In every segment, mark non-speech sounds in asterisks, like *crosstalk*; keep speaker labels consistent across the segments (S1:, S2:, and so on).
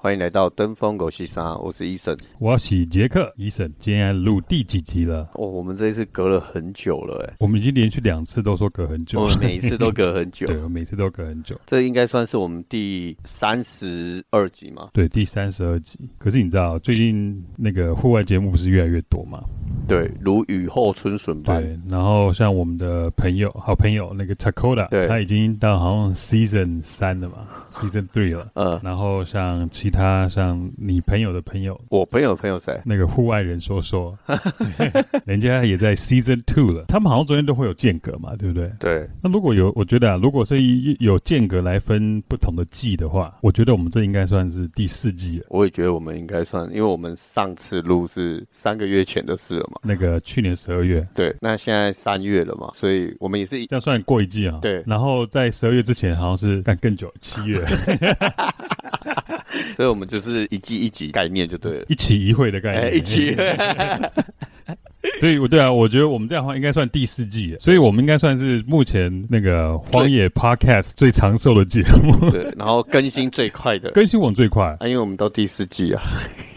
S1: 欢迎来到登峰狗西沙，我是医生。
S2: 我是杰克医生，今天录第几集了？
S1: 哦，我们这一次隔了很久了，哎，
S2: 我们已经连续两次都说隔很久
S1: 我
S2: 了
S1: 们，每一次都隔很久，
S2: *laughs* 对，我每次都隔很久。
S1: 这应该算是我们第三十二集嘛？
S2: 对，第三十二集。可是你知道，最近那个户外节目不是越来越多嘛？
S1: 对，如雨后春笋般。
S2: 对，然后像我们的朋友，好朋友那个 Takoda，
S1: 对
S2: 他已经到好像 Season 三了嘛
S1: *sighs*
S2: ，Season Three 了。
S1: 呃，
S2: 然后像其他像你朋友的朋友，
S1: 我朋友的朋友谁？
S2: 那个户外人说说，
S1: *laughs*
S2: 人家也在 Season Two 了。他们好像中间都会有间隔嘛，对不对？
S1: 对，
S2: 那如果有，我觉得啊，如果是以有间隔来分不同的季的话，我觉得我们这应该算是第四季了。
S1: 我也觉得我们应该算，因为我们上次录是三个月前的事了嘛。
S2: 那个去年十二月，
S1: 对，那现在三月了嘛，所以我们也是一
S2: 这样算过一季啊。
S1: 对
S2: 然后在十二月之前好像是干更久，七月
S1: 所以我们就是一季一集概念就对了。
S2: 一期 *laughs* 一会的概念。
S1: 哎，一集。
S2: 所以，我对啊，我觉得我们这样的话应该算第四季了，所以我们应该算是目前那个荒 *laughs* 野 Podcast 最长寿的节目，
S1: 对，然后更新最快的，
S2: *laughs* 更新我们最快。
S1: 啊，因为我们到第四季啊，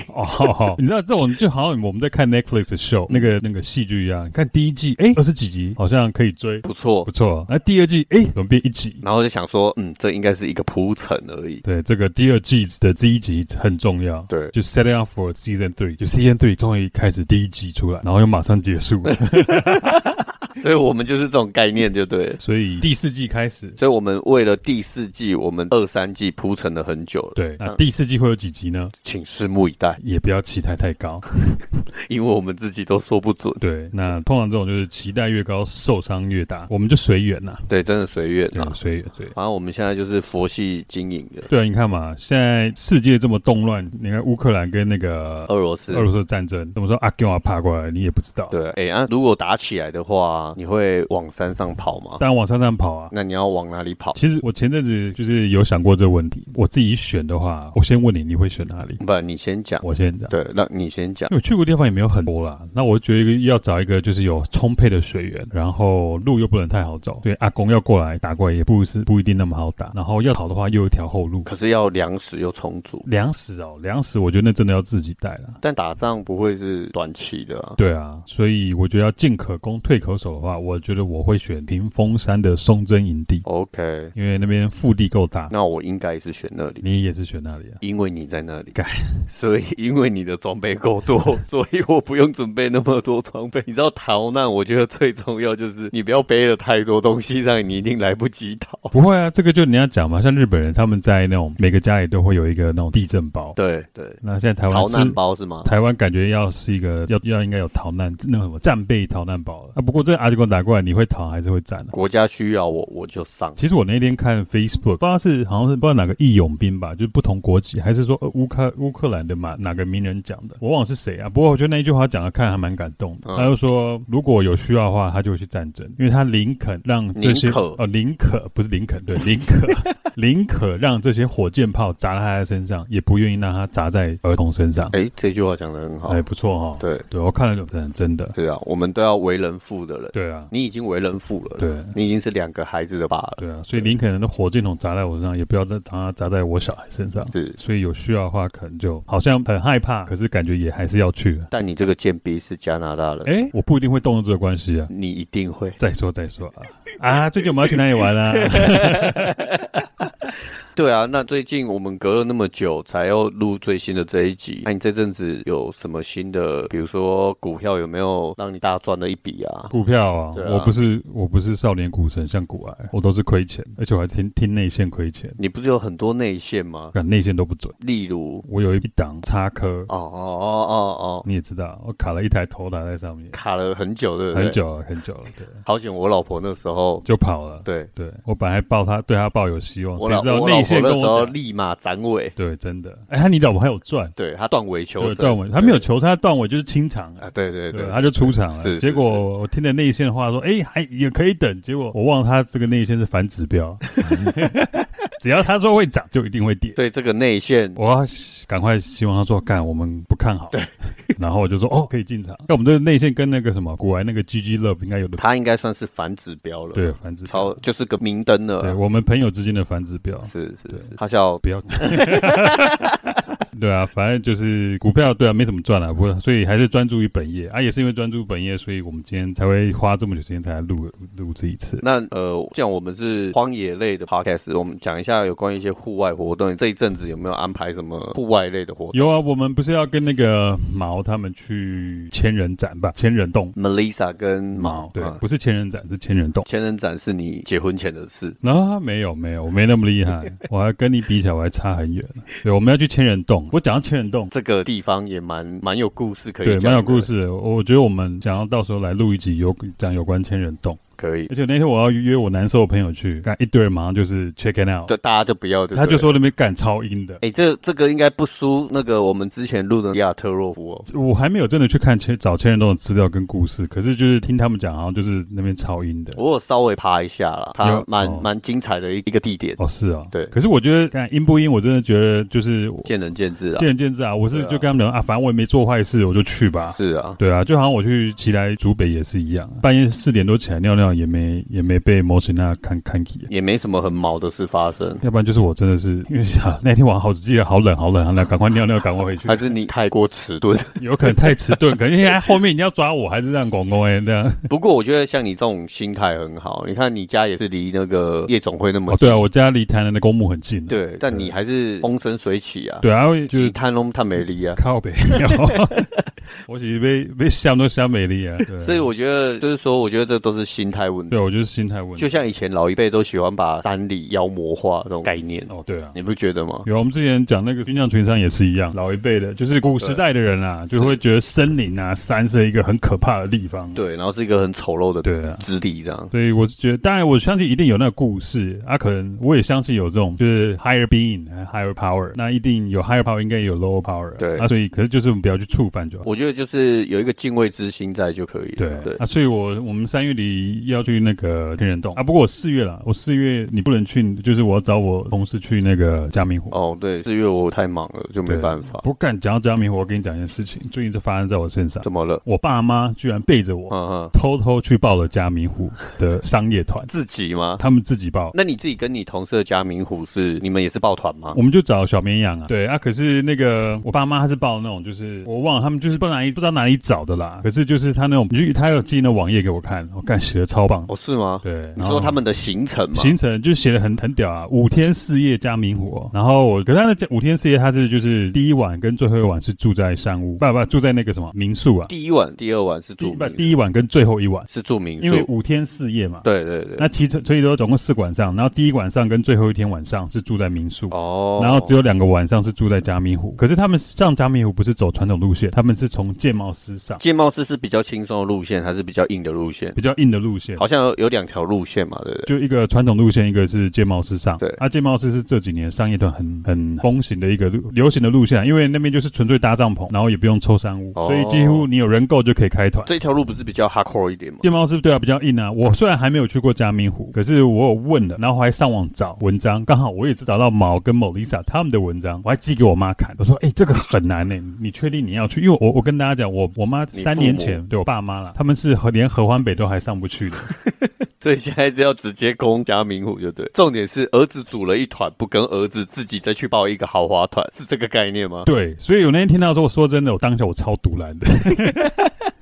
S2: 哦，你知道这种就好像我们在看 Netflix 的 show 那个那个戏剧一样，看第一季，哎，二十几集，好像可以追，
S1: 不错
S2: 不。错。那第二季，哎，怎么变一集？
S1: 然后就想说，嗯，这应该是一个铺陈而已。
S2: 对，这个第二季的第一集很重要。
S1: 对
S2: 就 set it up for season three，就 season three 终于开始第一集出来，然后又马上结
S1: *laughs*
S2: 束，
S1: 所以我们就是这种概念，就对了。
S2: 所以第四季开始。
S1: 所以我们为了第四季，我们二三季铺陈了很久了。，
S2: 对，那
S1: 嗯
S2: 第四季会有几集呢？
S1: 请拭目以待，
S2: 也不要期待太
S1: *laughs*
S2: 高。
S1: 因为我们自己都说不准。
S2: 对，那通常这种就是期待越高，受伤越大，我们就随缘呐，
S1: 对，真的随缘
S2: 对
S1: 啊，。
S2: 随缘，对。
S1: 反正我们现在就是佛系经营的
S2: 对啊，你看嘛，现在世界这么动乱，你看乌克兰跟那个
S1: 俄罗斯
S2: 俄。罗斯的战争，怎么说阿 Q 啊爬过来，你也不知道。，
S1: 对，哎、那、如果打起来的话，你会往山上跑吗？
S2: 当然往山上跑啊。
S1: 那你要往哪里跑？
S2: 其实我前阵子就是有想过这个问题，我自己选的话，我先问你，你会选哪里？
S1: 不，你先讲。
S2: 我先讲。
S1: 对，那你先讲。
S2: 因为我去过的地方也没有很多啦，那我觉得要找一个就是有充沛的水源，然后路又不能太好走，所以阿公要过来打过来也不是不一定那么好打，然后要跑的话又有一条后路。
S1: 可是要粮食又充足，
S2: 粮食哦，粮食我觉得那真的要自己带啦。
S1: 但打仗不会是短期的啊。
S2: 对啊，所以我觉得要进可攻退可守的话，我觉得我会选屏风山的松针营地，
S1: OK，
S2: 因为那边腹地够大。
S1: 那我应该是选那里，
S2: 你也是选那里啊？
S1: 因为你在那里
S2: 干，
S1: 所以因为你的装备够多， *laughs* 所以我不用准备那么多装备。你知道逃难，我觉得最重要就是你不要背了太多东西，让你一定来不及逃。
S2: 不会啊，这个就你要讲嘛，像日本人他们在那种每个家里都会有一个那种地震包，
S1: 对对，
S2: 那现在台湾
S1: 逃难
S2: 是。
S1: 包是吗？
S2: 台湾感觉要是一个要要应该有逃难那种什么战备逃难包了啊，不过这个阿迪公打过来，你会逃还是会战啊？
S1: 国家需要我，我就上。
S2: 其实我那天看 Facebook，不知道是好像是不知道哪个义勇兵吧，就是不同国籍，还是说呃乌克乌克兰的嘛哪个名人讲的，我忘了是谁啊。不过我觉得那一句话讲的看还蛮感动的。
S1: 嗯
S2: 他就说，如果有需要的话，他就会去战争，因为他林肯让这些
S1: 宁可
S2: 哦林可不是林
S1: *laughs*
S2: 肯对林可林可让这些火箭炮砸在他的身上，也不愿意让他砸在儿童身上。
S1: 哎，这句话讲得很好
S2: 哎、。不错哈、哦。
S1: 对
S2: 对，我看了就真的真的。
S1: 对啊，我们都要为人父的人。
S2: 对啊，
S1: 你已经为人父了，
S2: 对
S1: 你已经是两个孩子的爸了。
S2: 对啊，所以林肯的火箭筒砸在我身上，也不要再让它砸在我小孩身上。
S1: 是，
S2: 所以有需要的话，可能就好像很害怕，可是感觉也还是要去。
S1: 但你这个贱逼是加拿大人，
S2: 哎，我不一定会动用这个关系啊。
S1: 你一定会。
S2: 再说再说
S1: *laughs*
S2: 啊啊！最近我们要去哪里玩啊？
S1: 对啊，那最近我们隔了那么久才要录最新的这一集，那你这阵子有什么新的？比如说股票有没有让你大赚了一笔啊？
S2: 股票啊，
S1: 对啊
S2: 我不是我不是少年股神，像股癌，我都是亏钱，而且我还听听内线亏钱，
S1: 你不是有很多内线吗？
S2: 感内线都不准。
S1: 例如，
S2: 我有一档插科，
S1: 哦哦哦哦哦，
S2: 你也知道，我卡了一台头打在上面，
S1: 卡了很久，对不对？
S2: 很，久了，很久了，对，
S1: 好险！我老婆那时候，
S2: 就跑了。
S1: 对
S2: 对我本来抱他，对他抱有希望，
S1: 我
S2: 哦谁
S1: 老
S2: 知道
S1: 我
S2: 内
S1: 老婆
S2: 线
S1: 那
S2: 跟
S1: 时候
S2: 我讲，
S1: 立马斩尾，
S2: 对，真的。哎，你老婆还有赚，
S1: 对她断尾求
S2: 对，
S1: 生，
S2: 断尾，他没有球，他断尾就是清场
S1: 啊，对对对
S2: 对，，他就出场
S1: 是
S2: 了。
S1: 是
S2: 结果我听的内线的话说，哎，还也可以等。结果我忘了他这个内线是反指标， *laughs* 只要他说会涨，就一定会跌。
S1: 所以这个内线
S2: 我要赶快希望他说干，我们不看好。对，然后我就说哦，可以进场。那我们这个内线跟那个什么古玩那个 GG Love 应该有的
S1: 它应该算是反指标了，
S2: 对，反指标，
S1: 超就是个明灯了
S2: 对
S1: 啊，
S2: 我们朋友之间的反指标，
S1: 是是
S2: 对，
S1: 它叫
S2: 不要 *laughs* 对啊，反正就是股票，对啊，没怎么赚啊，不过所以还是专注于本业啊，也是因为专注本业，所以我们今天才会花这么久时间才来录录这一次。
S1: 那呃，像我们是荒野类的 podcast，我们讲一下有关于一些户外活动。这一阵子有没有安排什么户外类的活动
S2: 有啊，我们不是要跟那个毛他们去千人展吧？千人洞，
S1: ？Melissa 跟毛
S2: 对，
S1: 啊
S2: 不是千人展，是千人洞。
S1: 千人展是你结婚前的事，
S2: 啊，没有没有，我没那么厉害，我还跟你比起来，我还差很远。对，我们要去千人洞。我讲到千人洞，
S1: 这个地方也蛮蛮有故事可以
S2: 对，
S1: 讲，
S2: 蛮有故，事的。我我觉得我们想要到时候来录一集有讲有关千人洞，
S1: 可以。
S2: 而且那天我要约我难受的朋友去，干一堆人马上就是 check it out，
S1: 对，大家就不要对
S2: 他
S1: 了
S2: 就说那边干超阴的。
S1: 哎、这这个应该不输那个我们之前录的亚特洛夫哦。
S2: 我还没有真的去看千找千人洞的资料跟故事，可是就是听他们讲，好像就是那边超阴的。
S1: 我有稍微爬一下啦，它
S2: 有
S1: 蛮
S2: 哦
S1: 蛮、精彩的一一个地点，
S2: 哦，是啊，
S1: 对
S2: 可是我觉得干阴不阴，我真的觉得就是我
S1: 见仁见智啊。
S2: 见仁见智啊。我是
S1: 对啊
S2: 就跟他们讲啊，反正我也没做坏事，我就去吧。
S1: 是啊，
S2: 对啊，就好像我去奇来竹北也是一样，啊半夜四点多起来尿尿也没也没被摩西娜看看起。
S1: 也没什么很毛的事发生。
S2: 要不然就是我真的是因为、啊、那天晚上好记得好冷好冷，好冷，赶快尿尿，赶快回去
S1: 还。是你太过迟钝。 *laughs*
S2: 有可能太迟钝，可能因为后面你要抓我，还是让广工哎这样。
S1: 不过我觉得像你这种心态很好，你看你家也是离那个夜总会那么
S2: 哦，
S1: 近，
S2: 对啊，我家离台南的公墓很近、啊。
S1: 对，但你还是风生水起啊，
S2: 对啊，就
S1: 就是
S2: 是
S1: 探龙探美丽啊。
S2: 靠北，
S1: *laughs*
S2: 我其实被被想都想美丽啊。对啊
S1: 所以我觉得就是说，我觉得这都是心态问题
S2: 对，，啊我就是心态问题。
S1: 就像以前老一辈都喜欢把山里妖魔化这种概念，
S2: 哦，对啊。
S1: 你不觉得吗？
S2: 有，我们之前讲那个军将群山也是一样，老一辈的，就是古时代的人啊，就会觉得森林啊、山是一个很可怕的地方。
S1: 对，然后是一个很丑陋的
S2: 对啊，
S1: 质地这样。
S2: 所以我是觉得，当然我相信一定有那个故事啊，可能我也相信有这种就是 higher being、higher power，那一定有 higher power，应该也有 lower power，
S1: 对
S2: 啊，所以可是就是我们不要去触犯就好。
S1: 我觉得就是有一个敬畏之心在就可以
S2: 对
S1: 了。对，
S2: 啊，所以我我们三月里要去那个天人洞啊，不过我四月了，我四月你不能去，就是我要找我同事去那个嘉明湖。
S1: 哦，对，是因为我太忙了，就没
S2: 对啊
S1: 办法。
S2: 不过干讲到嘉明湖，我跟你讲一件事情，最近是发生在我身上，
S1: 怎么了？
S2: 我爸妈居然背着我，
S1: 嗯嗯，，
S2: 偷偷去报了嘉明湖的商业团
S1: *laughs* 自己吗？
S2: 他们自己报。
S1: 那你自己跟你同事的嘉明湖是你们也是抱团吗？
S2: 我们就找小绵羊啊，对啊，可是那个我爸妈他是报那种，就是我忘了他们就是不知道哪里不知道哪里找的啦，可是就是他那种，就是他有寄那网页给我看，我、干写的超棒，
S1: 哦，是吗？
S2: 对，
S1: 你
S2: 然后
S1: 说他们的行程吗？
S2: 行程就写的很很屌啊，五天四夜加明湖哦、然后我可是他的五天四夜他是就是第一晚跟最后一晚是住在山屋，不不住在那个什么民宿啊，
S1: 第一晚、第二晚是
S2: 第
S1: 住
S2: 一不
S1: 民
S2: 第一晚跟最后一晚，
S1: 是住民
S2: 因为
S1: 宿，
S2: 五天四夜嘛，
S1: 对对对。
S2: 那其实所以说总共四晚上，然后第一晚上跟最后一天晚上是住在民宿。
S1: 哦，
S2: 然后只有两个晚上是住在加密湖，可是他们上加密湖不是走传统路线，他们是从剑茂师上
S1: 界贸市是比较轻松的路线，还是比较硬的路线？
S2: 比较硬的路线，
S1: 好像有有两条路线嘛，对不对？
S2: 就一个传统路线，一个是剑茂师上。
S1: 对
S2: 啊，剑茂师是这几年商业段很很风行的一个路流行的路线、啊，因为那边就是纯粹搭帐篷，然后也不用抽山屋，
S1: 哦
S2: 所以几乎你有人够就可以开团。
S1: 这条路不是比较 hardcore 一点吗？
S2: 剑茂师对啊比较硬啊，我虽然还没有去过加密湖，可是我有问了，然后我还上网找文章，刚好我也是找到毛跟 Melissa 他们的文章，我还寄给我妈看，我说哎、这个很难呢、你确定你要去？因为我我跟大家讲，我我妈
S1: 父母
S2: 三年前对我爸妈啦，他们是和连合欢北都还上不去的， *laughs*
S1: 所以现在是要直接攻嘉明湖，就对。重点是儿子组了一团，不跟儿子自己再去报一个豪华团，是这个概念吗？
S2: 对，所以我那天听到说，我说真的，我当下我超堵然的。 *laughs*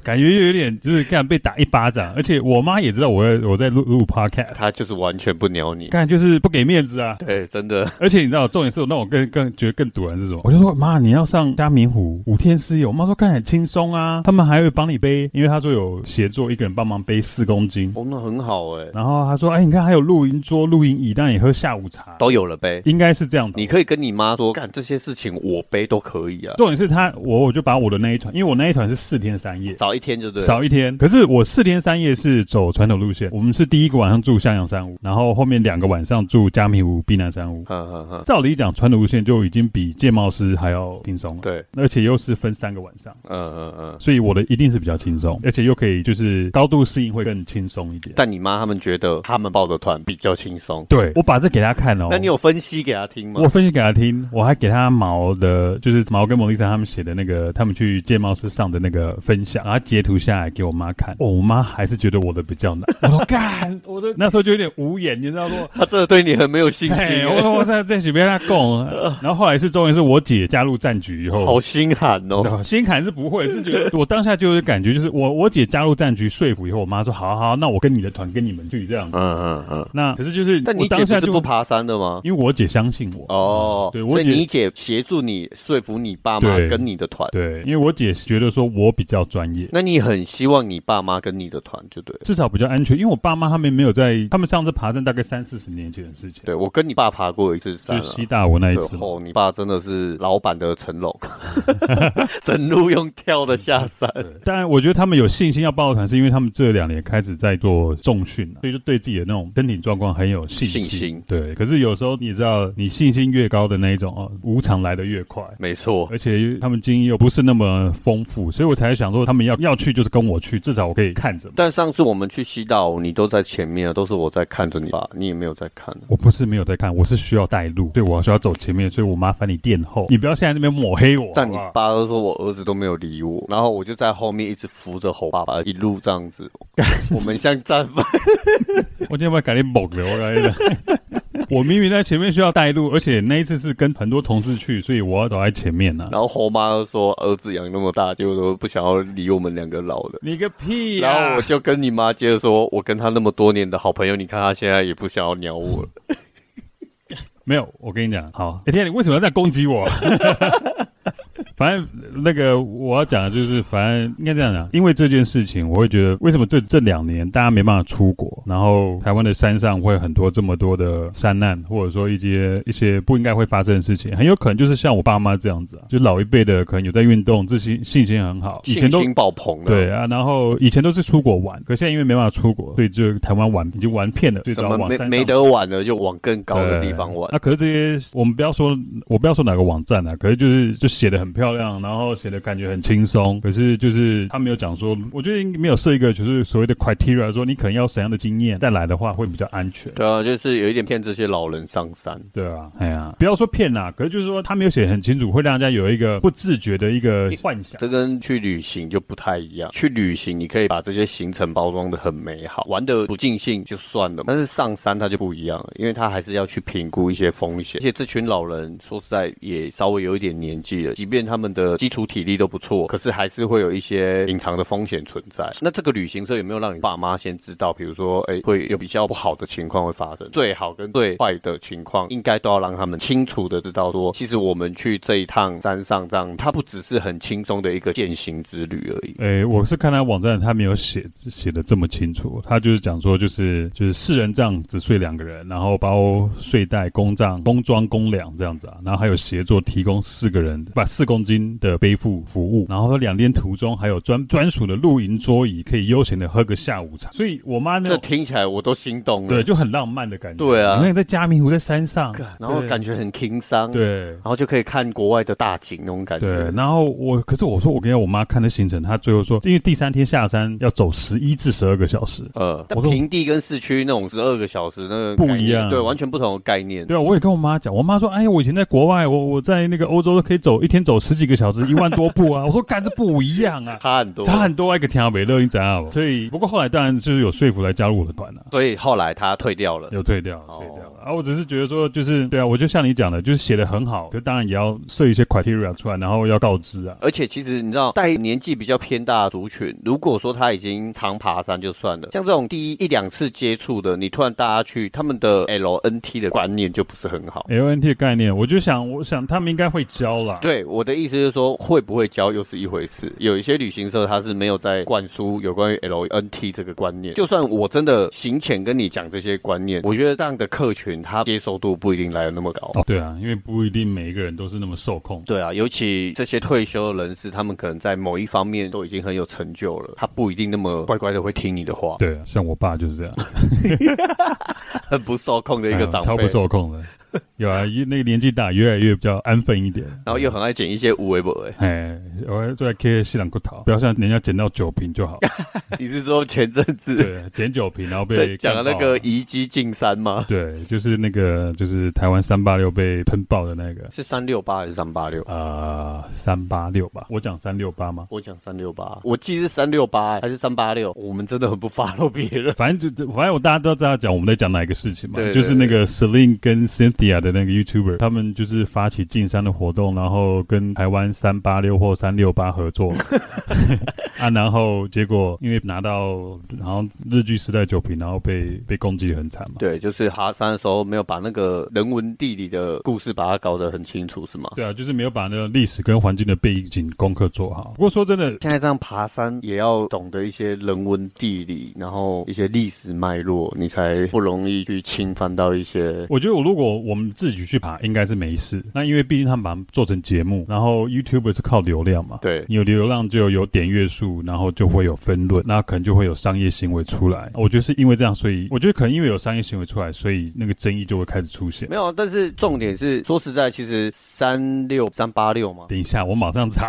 S2: 感觉又有点就是干被打一巴掌，而且我妈也知道我在我在录录 podcast，
S1: 他就是完全不鸟你。
S2: 干就是不给面子啊。
S1: 对，真的，
S2: *laughs* 而且你知道，重点是我让我更更觉得更堵然是什么？我就说妈，你要上嘉明湖五天四夜，我妈说干很轻松啊，他们还会帮你背，因为她说有协作，一个人帮忙背四公斤。
S1: 哦，那很好哎、
S2: 然后她说，哎，你看还有露营桌、露营椅，让你喝下午茶，
S1: 都有了呗。
S2: 应该是这样的。
S1: 你可以跟你妈说，干这些事情我背都可以啊，
S2: 重点是她，我我就把我的那一团，因为我那一团是四天三夜，
S1: 少一天就对了。
S2: 少一天。可是我四天三夜是走传统路线，我们是第一个晚上住向阳山屋，然后后面两个晚上住嘉明湖、避难山屋。
S1: 嗯嗯嗯，
S2: 照理讲，传统路线就已经比戒茂师还要轻松了，
S1: 对，
S2: 而且又是分三个晚上，
S1: 嗯嗯嗯。
S2: 所以我的一定是比较轻松，而且又可以就是高度适应会更轻松一点。
S1: 但你妈他们觉得他们报的团比较轻松，
S2: 对我把这给他看哦，
S1: 那你有分析给她听吗
S2: 我？分析给他听，我还给他毛的，就是毛跟蒙丽莎他们写的那个，他们去戒茂师上的那个分享，然后把它截图下来给我妈看。哦，我妈还是觉得我的比较难。 *laughs* 我说干，我的那时候就有点无言，你知道不？
S1: 他真的对你很没有信心
S2: 嘿，
S1: 欸，
S2: 我说我在在许边他供，然后后来是终于是我姐加入战局以后，
S1: 好心寒哦。
S2: 哦 *laughs* 心坎是不会，是觉得我当下就是感觉就是我我姐加入战局说服以后，我妈说好好，好那我跟你的团跟你们去这样。
S1: 嗯嗯嗯。
S2: 那可是就是，
S1: 但
S2: 我
S1: 你姐
S2: 当
S1: 不
S2: 下
S1: 是
S2: 就
S1: 不爬山的吗？
S2: 因为我姐相信我嗯
S1: 哦，
S2: 对
S1: 所
S2: 我
S1: 以你
S2: 姐
S1: 姐协助你说服你爸妈
S2: 对
S1: 跟你的团，
S2: 对，因为我姐觉得说我比较专业。
S1: 那你很希望你爸妈跟你的团，就对了。
S2: 至少比较安全，因为我爸妈他们没有在，他们上次爬山大概三四十年前的事情，
S1: 对我跟你爸爬过一次山
S2: 就
S1: 啊
S2: 是西大我那一次
S1: 对。哦，你爸真的是老板的成
S2: *laughs*
S1: 龙，整路用跳的下山。
S2: *laughs* 当然，我觉得他们有信心要报团，是因为他们这两年开始在做重训、啊，所以就对自己的那种身体状况很有信心。
S1: 嗯信心
S2: 对，可是有时候你知道，你信心越高的那一种哦，无常来的越快。
S1: 没错，
S2: 而且他们经验又不是那么丰富，所以我才想说，他们要要去就是跟我去，至少我可以看着嘛。
S1: 但上次我们去西岛，你都在前面啊，都是我在看着你爸，你也没有在看啊。
S2: 我不是没有在看，我是需要带路，对我需要走前面，所以我麻烦你垫后，你不要现在那边抹黑我。
S1: 但
S2: 好
S1: 你
S2: 不好
S1: 爸都说我儿子都没有理我，然后我就在后面一直扶着猴爸爸一路这样
S2: *laughs*
S1: 子，我们像战犯。
S2: 我今天把改天猛了，我来 *laughs* 了。我明明在前面需要带路，而且那一次是跟很多同事去，所以我要走在前面呢、啊
S1: 然后猴妈就说儿子养那么大，就都不想要理我们两个老的。
S2: 你个屁啊
S1: 然后
S2: 哎呀、
S1: 我就跟你妈接着说，我跟他那么多年的好朋友，你看他现在也不想要鸟我了。
S2: 没有，我跟你讲，好，哎、天啊，你为什么要这样攻击我？ *laughs* 反正那个我要讲的就是，反正应该这样讲，因为这件事情，我会觉得为什么这这两年大家没办法出国，然后台湾的山上会很多这么多的山难，或者说一些一些不应该会发生的事情，很有可能就是像我爸妈这样子啊，就老一辈的可能有在运动，自信信心很好，以前
S1: 信
S2: 都
S1: 心爆棚了。
S2: 对啊，然后以前都是出国玩，可现在因为没办法出国，所以就台湾玩已经玩遍了，所以只
S1: 怎
S2: 要
S1: 么
S2: 往
S1: 没
S2: 山上
S1: 没得玩了，就往更高的地方玩
S2: 对。那、啊可是这些，我们不要说，我不要说哪个网站啊，可是就是就写的很漂亮，然后写的感觉很轻松，可是就是他没有讲说，我觉得应该没有设一个就是所谓的 criteria，说你可能要什么样的经验再来的话会比较安全。
S1: 对啊，就是有一点骗这些老人上山。
S2: 对啊，哎呀，不要说骗啦，可是就是说他没有写得很清楚，会让人家有一个不自觉的一个幻想。
S1: 这跟去旅行就不太一样。去旅行，你可以把这些行程包装的很美好，玩的不尽兴就算了。但是上山它就不一样了，因为它还是要去评估一些风险。而且这群老人说实在也稍微有一点年纪了，即便他们的基础体力都不错，可是还是会有一些隐藏的风险存在。那这个旅行社有没有让你爸妈先知道？比如说，哎，会有比较不好的情况会发生，最好跟最坏的情况，应该都要让他们清楚的知道说，其实我们去这一趟山上这样，它不只是很轻松的一个践行之旅而已。
S2: 诶，我是看他网站，他没有写写的这么清楚，他就是讲说，就是就是四人帐只睡两个人，然后包睡袋、公帐、公装、公粮这样子啊，然后还有协作提供四个人把四公斤的背负服务，然后两天途中还有专专属的露营桌椅，可以悠闲的喝个下午茶。所以我妈那
S1: 这
S2: 种
S1: 听起来我都心动了。
S2: 对就很浪漫的感觉，
S1: 对啊
S2: 你看在嘉明湖在山上，
S1: 然后
S2: 对
S1: 感觉很轻松，，
S2: 对
S1: 然后就可以看国外的大景那种感
S2: 对
S1: 觉，。
S2: 然后我可是我说我给我妈看的行程，她最后说，因为第三天下山要走十一至十二个小时，
S1: 呃，那
S2: 我说
S1: 平地跟市区那种十二个小时那个
S2: 不
S1: 概念
S2: 一样
S1: 对，完全不同的概念。
S2: 对啊，我也跟我妈讲，我妈说：“哎，我以前在国外，我我在那个欧洲都可以走一天走十几个小时，一万多步啊。” *laughs* 我说：“干，这不一样啊，
S1: 差很多，
S2: 差很多啊，一个天啊，北乐你知道吗所以，不过后来当然就是有说服来加入我的团了、
S1: 所以后来他退掉了。
S2: 有退掉，
S1: 哦
S2: 退掉了、啊！我只是觉得说，就是对啊，我就像你讲的，就是写的很好，就当然也要设一些 criteria 出来，然后要告知啊。
S1: 而且其实你知道，带年纪比较偏大的族群，如果说他已经常爬山就算了，像这种第一一两次接触的，你突然带他去，他们的 LNT 的观念就不是很好。
S2: LNT 的概念，我就想，我想他们应该会教啦。
S1: 对，我的意思是说，会不会教又是一回事。有一些旅行社他是没有在灌输有关于 LNT 这个观念。就算我真的行前跟你讲这些观念，我觉得这样的客群他接受度不一定来的那么高。
S2: 哦，对啊，因为不一定每一个人都是那么受控。
S1: 对啊，尤其这些退休的人士，他们可能在某一方面都已经很有成就了，他不一定那么乖乖的会听你的话，
S2: 对啊，像我爸就是这样。
S1: *laughs* 很不受控的一个
S2: 哎呦
S1: 长辈。
S2: 超不受控的。有啊，越那个年纪大，越来越比较安分一点。
S1: 然后又很爱捡一些无为不为。
S2: 哎，我就来 K 西兰骨头，不要像人家捡到酒瓶
S1: *laughs*
S2: 就好。
S1: 你是说前阵子
S2: 对，捡酒瓶然后
S1: *laughs* 在
S2: 被
S1: 讲的
S2: 干
S1: 那
S2: 爆
S1: 个遗迹进山吗？
S2: 对，就是那个就是台湾三八六被喷爆的那个，
S1: 是三六八还是三八六？啊
S2: 呃，三八六吧，我讲三六八吗？
S1: 我讲三六八，我记得是三六八还是三八六？我们真的很不 follow 别人。
S2: 反正就反正我大家都知道讲我们在讲哪一个事情嘛，
S1: 对对
S2: 就是那个 Celine 跟 Cynthia 的那个 YouTuber，他们就是发起进山的活动，然后跟台湾三八六或三六八合
S1: *laughs*
S2: 作啊，然后结果因为拿到然后日剧时代酒瓶，然后被被攻击得很惨嘛。
S1: *laughs* 对，就是爬山的时候没有把那个人文地理的故事把它搞得很清楚，是吗？
S2: 对啊，就是没有把那个历史跟环境的背景功课做好。不过说真的，
S1: 现在这样爬山也要懂得一些人文地理，然后一些历史脉络，你才不容易去侵犯到一
S2: *laughs*
S1: 些。
S2: 我觉得我如果我们自己去爬，应该是没事。那因为毕竟他们把它做成节目，然后 YouTube 是靠流量嘛，
S1: 对
S2: 你有流量就有点阅数，然后就会有分论，那可能就会有商业行为出来。我觉得是因为这样，所以我觉得可能因为有商业行为出来，所以那个争议就会开始出现
S1: 没。有啊，但是重点是，说实在，其实三六三八六嘛，
S2: 等一下，我马
S1: *laughs*
S2: 上查。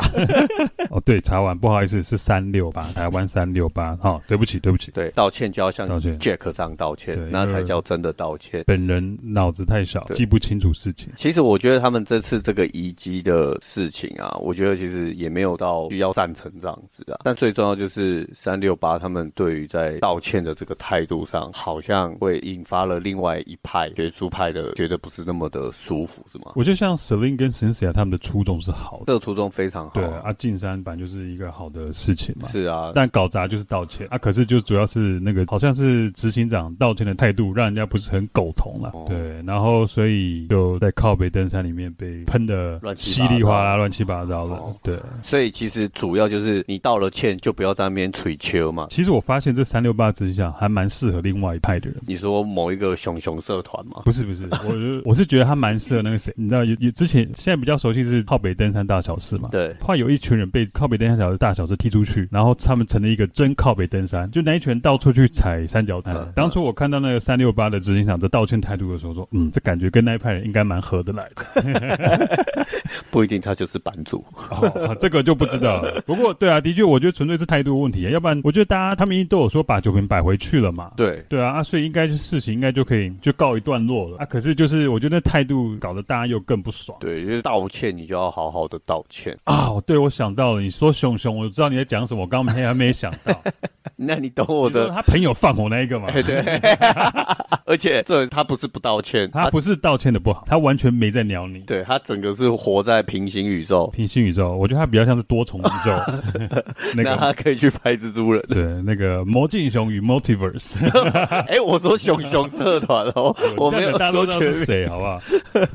S2: 哦，对，查完，不好意思，是三六八，台湾三六八。好，对不起，对不起，
S1: 对，道歉就要向
S2: 道歉
S1: Jack 上道歉
S2: 对，
S1: 那才
S2: 呃
S1: 叫真的道歉。
S2: 本人脑子太小，
S1: 对
S2: 记不清楚事情。
S1: 其实我觉得他们这次这个遗迹的事情啊，我觉得其实也没有到需要赞成这样子啊。但最重要就是三六八他们对于在道歉的这个态度上，好像会引发了另外一派学术派的觉得不是那么的舒服，是吗？
S2: 我觉得像 Celine 跟 Cynthia 他们的初衷是好的。
S1: 这个初衷非常好
S2: 对，啊，进山本来就是一个好的事情嘛。
S1: 是啊，
S2: 但搞砸就是道歉啊，可是就主要是那个好像是执行长道歉的态度，让人家不是很苟同了。
S1: 哦
S2: 对，然后所以就在靠北登山里面被喷的
S1: 乱七
S2: 稀
S1: 八
S2: 里哗
S1: 糟
S2: 啦、乱七八糟的。
S1: 哦
S2: 对，
S1: 所以其实主要就是你道了歉就不要在那边吹球嘛。
S2: 其实我发现这三六八执行长还蛮适合另外一派的人。
S1: 你说某一个熊熊社团嘛？
S2: 不是不是，我就我是觉得他蛮适合那个谁，你知道有有之前现在比较熟悉是靠北登山大小事嘛，
S1: 对，
S2: 后来有一群人被靠北登山小大小事踢出去，然后他们成了一个真靠北登山，就那一群人到处去踩三角
S1: 嗯
S2: 滩
S1: 嗯。
S2: 当初我看到那个三六八的执行长在道歉态度的时候，说，嗯，这感觉跟那一派人应该蛮合得来的。
S1: 不一定他就是版主。
S2: 哦，这个就不知道了。不过，对啊，的确，我觉得纯粹是态度问题，啊要不然我觉得大家他们一定都有说把酒瓶摆回去了嘛。
S1: 对，
S2: 对啊，啊，所以应该是事情应该就可以就告一段落了啊。可是就是我觉得态度搞得大家又更不爽。
S1: 对，就是道歉你就要好好的道歉。
S2: 啊、对，我想到了，你说熊熊，我知道你在讲什么，我刚刚没还没想到。
S1: *laughs* 那你懂我
S2: 你说
S1: 的
S2: 他朋友放火那一个嘛，
S1: 哎， *laughs* 对，而且这他不是不道歉，
S2: 他
S1: 他
S2: 不是道歉的不好，他完全没在鸟你。
S1: 对他整个是活在平行宇宙，
S2: 平行宇宙，我觉得他比较像是多重宇宙，
S1: *laughs*
S2: 那
S1: 那
S2: 个
S1: 他可以去拍蜘
S2: *laughs*
S1: 蛛人。
S2: 对那个魔镜熊
S1: *laughs*
S2: 与 Multiverse，，
S1: 哎、我说熊熊社团哦
S2: *laughs*
S1: 我没
S2: 这样
S1: 有
S2: 子大家都
S1: 说
S2: 知道
S1: 全
S2: 是
S1: 名。
S2: 谁，好不好？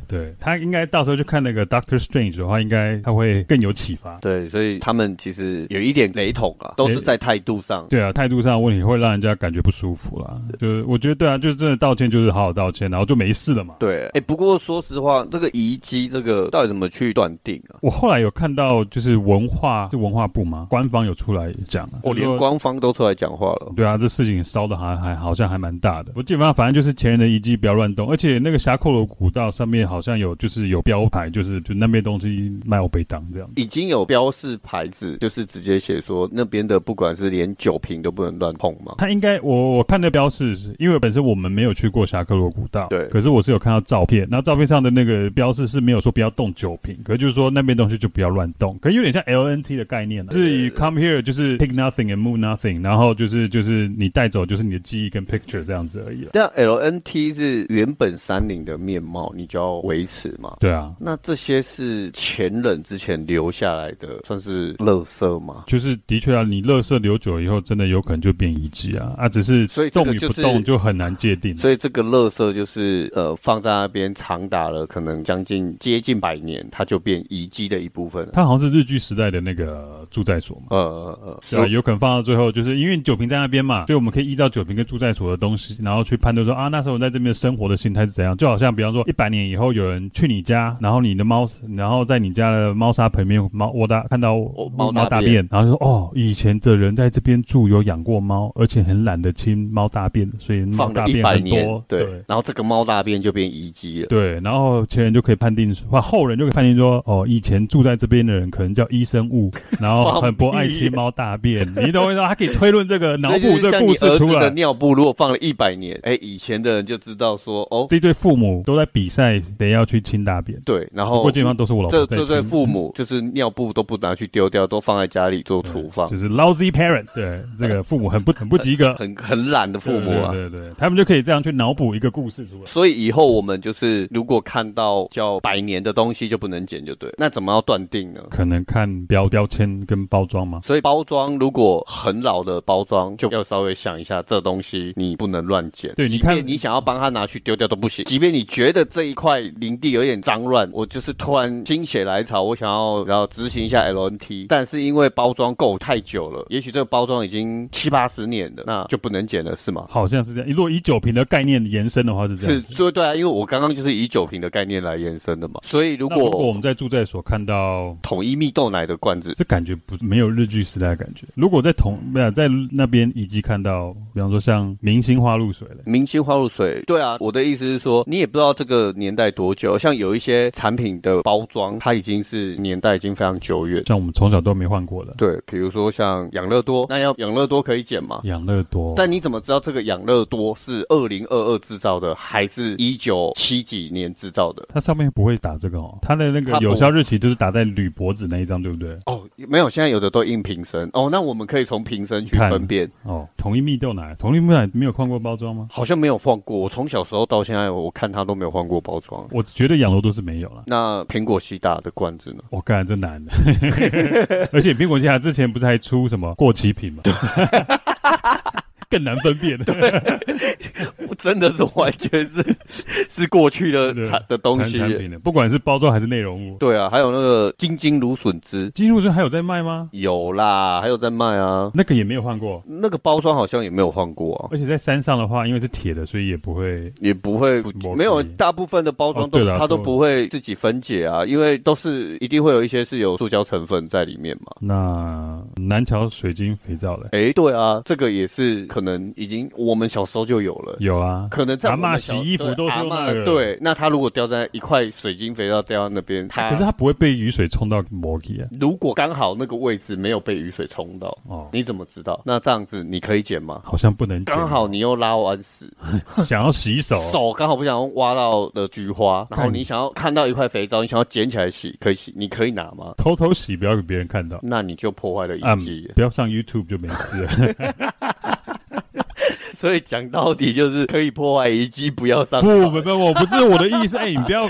S2: 对他应该到时候去看那个 Doctor Strange 的话，应该他会更有启发。
S1: *laughs* 对，所以他们其实有一点雷同啊，都是在态度上。
S2: 对啊，态度上的问题会让人家感觉不舒服啦。就是我觉得对啊，就是真的道歉就是好好道歉，然后就没事了嘛。
S1: 对，哎、不过说实话，这个遗迹这个到底怎么去断定啊？
S2: 我后来有看到，就是文化是文化部吗？官方有出来讲，
S1: 我
S2: 就说
S1: 连官方都出来讲话了。
S2: 对啊，这事情烧的还还好像还蛮大的。我基本上反正就是前人的遗迹不要乱动，而且那个峡口楼古道上面好像有就是有标牌，就是就那边东西卖我被当这样。
S1: 已经有标示牌子，就是直接写说那边的，不管是连酒瓶都不能乱碰嘛。
S2: 他应该我我看那标示是，因为本身我们没有去过峡克罗古道，
S1: 对
S2: 可是我是有看到照片，那照片上的那个标示是没有说不要动酒瓶，可是就是说那边东西就不要乱动，可是有点像 LNT 的概念、啊，就是以 come here 就是 take nothing and move nothing，然后就是就是你带走就是你的记忆跟 picture 这样子而已了。
S1: 那 LNT 是原本山林的面貌，你就要维持嘛。
S2: 对啊，
S1: 那这些是前人之前留下来的，算是垃圾吗？
S2: 就是的确啊，你垃圾留久以后，真的有可能就变遗迹啊啊！只是
S1: 所以这
S2: 动
S1: 个
S2: 与
S1: 就
S2: 不
S1: 是
S2: 动就很难界定。啊
S1: 所以这个垃圾就是呃放在那边长达了可能将近接近百年，它就变遗迹的一部分了。
S2: 它好像是日据时代的那个住宅所嘛。
S1: 呃呃呃，
S2: 对啊，
S1: 所以
S2: 有可能放到最后，就是因为酒瓶在那边嘛，所以我们可以依照酒瓶跟住在所的东西，然后去判断说啊，那时候我在这边生活的心态是怎样。就好像比方说，一百年以后有人去你家，然后你的猫，然后在你家的猫砂盆里面猫窝大看到
S1: 哦猫大
S2: 大
S1: 便
S2: 便，然后就说哦，以前的人在这边住有养过猫，而且很懒得清猫大便，所以猫
S1: 放
S2: 大
S1: 了一
S2: 便
S1: 百
S2: 很
S1: 年
S2: 多，，
S1: 对
S2: 对，
S1: 然后这个猫大便就变遗迹了。
S2: 对，然后前人就可以判定，或后人就可以判定说，哦，以前住在这边的人可能叫医生
S1: *laughs*
S2: 物，然后很不爱清猫大便，你懂我意思吗？他可以推论这个，脑
S1: 所以
S2: 补
S1: 就是
S2: 这个
S1: 像
S2: 故
S1: 你
S2: 事
S1: 儿
S2: 出
S1: 子的
S2: 来。
S1: 尿布，如果放了一百年，哎，以前的人就知道说，哦，
S2: 这对父母都在比赛，谁要去清大便。
S1: 对，然
S2: 不
S1: 后
S2: 过基本上都是我老
S1: 哦这
S2: 婆在嗯
S1: 这对
S2: 清。
S1: 父母就是尿布都不拿去丢掉，都放在家里做
S2: 对
S1: 厨房
S2: 就，是 lousy parent，对
S1: *laughs*
S2: 这个父母很不很不及格，
S1: 很很懒的父母啊。
S2: 对对对对他们就可以这样去脑补一个故事出来。
S1: 所以以后我们就是，如果看到叫百年的东西就不能捡，就对了。那怎么要断定呢？
S2: 可能看标标签跟包装嘛，
S1: 所以包装如果很老的包装，就要稍微想一下，这东西你不能乱捡。
S2: 对你
S1: 即便
S2: 看
S1: 你想要帮他拿去丢掉都不行。即便你觉得这一块林地有点脏乱，我就是突然心血来潮，我想要然后执行一下 LNT，但是因为包装够太久了，也许这个包装已经七八十年了，那就不能捡了，是吗？
S2: 好像是这样。如果以酒瓶的概念延伸的话是这样
S1: 是，
S2: 子。
S1: 所以对啊，因为我刚刚就是以酒瓶的概念来延伸的嘛，所以如
S2: 那如果我
S1: 果
S2: 们在住宅所看到
S1: 统一蜜豆奶的罐子，
S2: 这感觉不没有日剧时代的感觉。如果在同没有在那边遗迹看到，比方说像明星花露水嘞，
S1: 明星花露水，对啊，我的意思是说，你也不知道这个年代多久，像有一些产品的包装，它已经是年代已经非常久远。
S2: 像我们从小都没换过的
S1: 对，比如说像养乐多，那要养乐多可以捡吗？
S2: 养乐多，
S1: 但你怎么知道这个养乐多是二零二二制造的，还是一九七几年制造的？
S2: 它上面不会打这个哦，它的那个
S1: 它不
S2: 有效日期就是打在铝箔纸那一张，对不对？
S1: 哦，没有，现在有的都印瓶身。哦，那我们可以从瓶身去
S2: 看
S1: 分辨。
S2: 哦，同一蜜豆奶，同一蜜豆奶没有换过包装吗？
S1: 好像没有换过，我从小时候到现在，我看它都没有换过包装。
S2: 我觉得养乐多是没有了。
S1: 那苹果西打的罐子呢？
S2: 我干、真难
S1: *laughs*
S2: 的，而且苹果西达之前不是还出什么过期品吗？ *laughs* 更难分辨。
S1: *laughs* 真的是完全是 *laughs* 是过去的
S2: 对
S1: 产的东
S2: 产
S1: 西。
S2: 产品的，不管是包装还是内容物，
S1: 对啊，还有那个金金芦笋汁
S2: 金入村还有在卖吗？
S1: 有啦，还有在卖啊。
S2: 那个也没有换过，
S1: 那个包装好像也没有换过啊，
S2: 而且在山上的话，因为是铁的，所以也不会。
S1: 也不会
S2: 不
S1: 没有
S2: 可以
S1: 大部分的包装都、
S2: 哦对啦
S1: 它都
S2: 对
S1: 不会自己分解啊，因为都是一定会有一些是有塑胶成分在里面嘛。
S2: 那南桥水晶肥皂嘞，
S1: 诶，对啊，这个也是可能已经我们小时候就有了。
S2: 有啊，
S1: 可能在我们
S2: 阿嬷
S1: 小
S2: 洗衣服
S1: 对
S2: 都是
S1: 阿
S2: 用
S1: 嬷
S2: 那个
S1: 对，那它如果掉在一块水晶肥皂掉在那边，它
S2: 可是它不会被雨水冲到摩羯啊。
S1: 如果刚好那个位置没有被雨水冲到，
S2: 哦，
S1: 你怎么知道？那这样子你可以捡吗？
S2: 好像不能剪
S1: 刚好你又拉完屎，
S2: 想要洗手，
S1: 手刚好不想挖到的菊花，然后
S2: 哦看
S1: 你想要看到一块肥皂，你想要捡起来洗，可以洗，你可以拿吗？
S2: 偷偷洗，不要给别人看到。
S1: 那你就破坏了
S2: 啊
S1: 遗迹。，
S2: 不要上 YouTube 就没事了。
S1: *laughs*
S2: *laughs*
S1: 所以讲到底就是可以破坏遗迹，不要上
S2: 不。不不，我不是我的意思，哎，你
S1: *laughs*
S2: 不要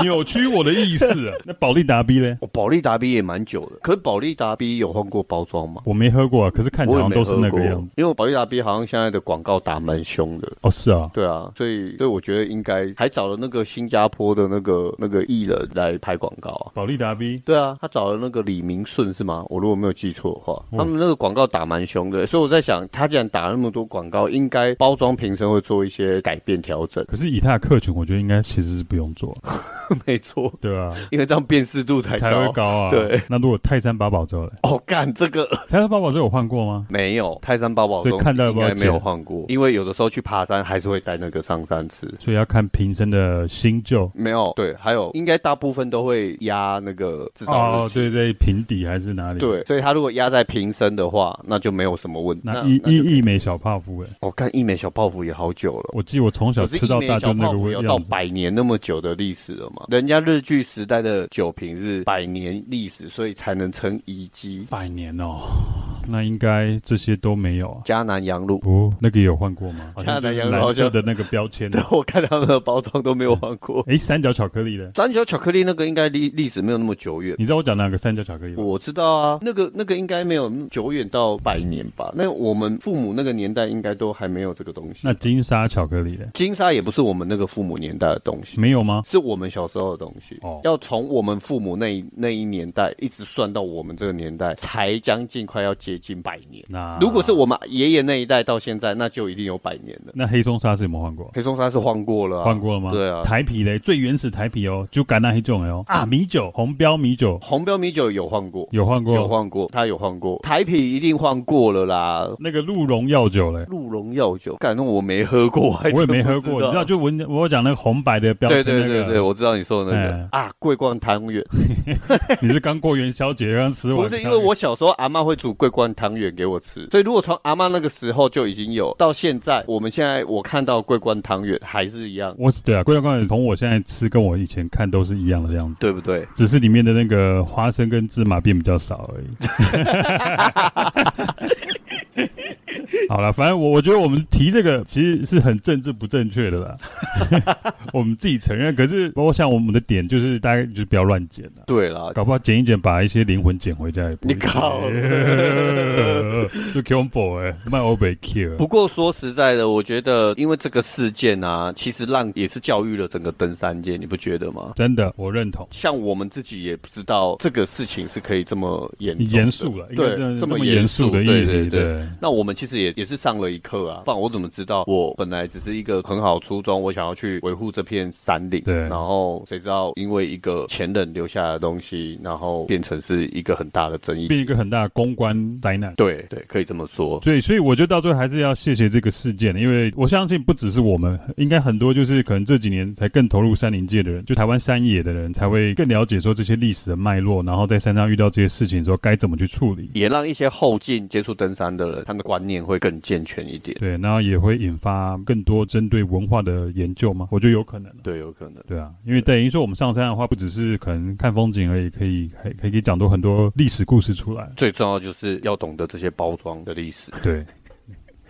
S2: 扭曲我的意思啊。那保利达 B 嘞，
S1: 我哦保利达 B 也蛮久的，可是保利达 B 有换过包装吗？
S2: 我没喝过啊，可是看起
S1: 我
S2: 来
S1: 也没
S2: 好像都是
S1: 喝
S2: 那
S1: 过
S2: 个样子。，
S1: 因为保利达 B 好像现在的广告打蛮凶的。
S2: 哦，是啊，
S1: 对啊，所以所以我觉得应该还找了那个新加坡的那个那个艺人来拍广告啊。
S2: 保利达 B
S1: 对啊，他找了那个李明顺是吗？我如果没有记错的话，
S2: 嗯
S1: 他们那个广告打蛮凶的，所以我在想，他既然打那么多广告，应该包装瓶身会做一些改变调
S2: *laughs*
S1: 整。
S2: 可是以他的客群，我觉得应该其实是不用做，
S1: 没错，
S2: 对吧、
S1: 因为这样辨识度才
S2: 才会
S1: 高。
S2: 高啊。
S1: 对，
S2: 那如果泰山八宝粥嘞？
S1: 哦，干这个 *laughs*
S2: 泰山八宝粥有换过吗？
S1: 没有泰山宝宝
S2: 所以
S1: 中
S2: 看到有
S1: 应
S2: 没有
S1: 该没有
S2: 剪
S1: 换过，因为有的时候去爬山还是会带那个上山吃。
S2: 所以要看瓶身的新旧。
S1: 没有，对，还有应该大部分都会压那个制造
S2: 哦
S1: 日，期。
S2: 对对，瓶底还是哪里？，
S1: 对，所以它如果压在瓶身的话，那就没有什么问题。
S2: 那一
S1: 就
S2: 一一枚小泡芙哎，
S1: 我看一美小泡芙也好久了。
S2: 我记得我从小
S1: 可是
S2: 吃到大
S1: 一美小
S2: 就那
S1: 泡
S2: 个
S1: 芙
S2: 味
S1: 有到
S2: 样子。
S1: 百年那么久的历史了嘛？人家日据时代的酒瓶是百年历史，所以才能称遗迹。
S2: 百年哦，那应该这些都没有啊。
S1: 迦南羊乳，
S2: 哦，那个有换过
S1: *laughs*
S2: 吗？好
S1: 加南
S2: 像就是
S1: 羊肉
S2: 蓝色
S1: 好像
S2: 的那个标
S1: *laughs*
S2: 签
S1: 对
S2: 啊。
S1: 我看他们的包装都没有换过。
S2: 哎，三角巧克力的，
S1: *laughs* 三角巧克力那个应该历历史没有那么久远。
S2: 你知道我讲哪个三角巧
S1: *laughs*
S2: 克力吗？
S1: 我知道啊，那个那个应该没有久远到百年吧？那我们父母那个年代应该都还没有这个东西。
S2: 那金沙巧克力的
S1: 金沙也不是我们那个父母年代的东西，
S2: 没有吗？
S1: 是我们小时候的东西。
S2: 哦
S1: 要从我们父母那一那一年代一直算到我们这个年代，才将近快要接近百年。
S2: 那
S1: 如果是我们爷爷那一代到现在，那就一定有百年了。
S2: 那黑松沙是有没有换过？
S1: 黑松沙是换过了、啊，
S2: 换过了吗？
S1: 对啊，
S2: 台啤嘞，最原始台啤哦，就橄榄黑种哦啊，米酒红标米酒
S1: 红标米酒有换过，
S2: 有换
S1: 有
S2: 过，
S1: 换过，他有换过，台啤一定换过了啦。
S2: 那个鹿茸药酒嘞，
S1: 鹿茸药酒，感动我没喝过，还
S2: 我也
S1: 真哎
S2: 没
S1: 不
S2: 喝过，你知道就闻我有讲那个红白的标签
S1: 对
S2: 那
S1: 对对对，
S2: 个，
S1: 我知道你说的那个、
S2: 哎
S1: 啊，桂冠汤圆，
S2: 你是刚过元宵节刚吃完，
S1: 不是因为我小时候阿妈会煮桂冠汤圆给我吃，所以如果从阿妈那个时候就已经有，到现在我们现在我看到桂冠汤圆还是一样，
S2: 我对啊，桂冠罐从我现在吃跟我以前看都是一样的样子，
S1: 对不对？
S2: 只是里面的那个花生跟芝麻变比较少而已。 *laughs* 好了，反正我我觉得我们提这个其实是很政治不正确的啦， *laughs* 我们自己承认。可是我想我们的点就是大概就是不要乱剪了，
S1: 对啦，
S2: 搞不好剪一剪把一些灵魂捡回家也不
S1: 你
S2: 搞
S1: 搞，
S2: *laughs* 就 combo 哎，卖欧北 Q，
S1: 不过说实在的，我觉得因为这个事件啊，其实让也是教育了整个登山界，你不觉得吗？
S2: 真的我认同。
S1: 像我们自己也不知道这个事情是可以这么严重的
S2: 严肃了，应该
S1: 对
S2: 这样，
S1: 这
S2: 这
S1: 么
S2: 么严肃的
S1: 严
S2: 议
S1: 肃对
S2: 题，
S1: 对对那我们其实也也是上了一课啊，不然我怎么知道我本来只是一个很好的初衷，我想要去维护这片山岭，
S2: 对
S1: 然后谁知道因为一个前人留下的东西，然后变成是一个很大的争议，
S2: 变一个很大的公关灾难。
S1: 对对，可以这么说，
S2: 所以，所以我觉得到最后还是要谢谢这个事件，因为我相信不只是我们，应该很多就是可能这几年才更投入山林界的人，就台湾山野的人才会更了解说这些历史的脉络，然后在山上遇到这些事情的时候该怎么去处理。
S1: 也让一些后进接触登山的人，他们的观念会更健全一点，
S2: 对，然后也会引发更多针对文化的研究吗？我觉得有可能。
S1: 对，有可能。
S2: 对啊，因为等于说我们上山的话，不只是可能看风景而已，可以还可以可以讲多很多历史故事出来。
S1: 最重要就是要懂得这些包装的历史，
S2: 对，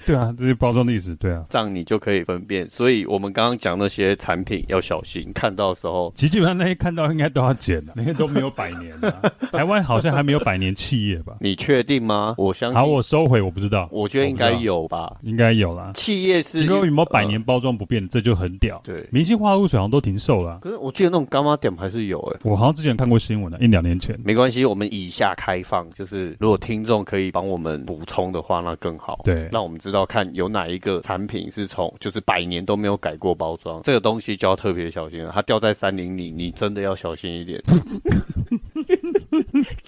S2: 对啊，这些包装历史，对啊。
S1: 这样你就可以分辨。所以我们刚刚讲那些产品要小心，看到的时候
S2: 其实基本上那些看到应该都要剪 *laughs* 了，那些都没有百年了、 *laughs* 台湾好像还没有百年企业吧？
S1: 你确定吗？我相信，
S2: 好，我收回，我不知道，
S1: 我觉得应该，有吧。
S2: 应该有啦。
S1: 企业是
S2: 你说有没有百
S1: 呃
S2: 年包装不变，这就很屌。
S1: 对，
S2: 明星化合物水好像都挺瘦了啊、
S1: 可是我记得那种干妈点还是有哎、
S2: 我好像之前看过新闻啊了、一两年前。
S1: 没关系，我们以下开放，就是如果听众可以帮我们补充的话，那更好。
S2: 对
S1: 让我们知道看有哪一个产品是从就是百年都没有改过包装，这个东西就要特别小心了。它掉在山林里，你真的要小心一点。 *laughs*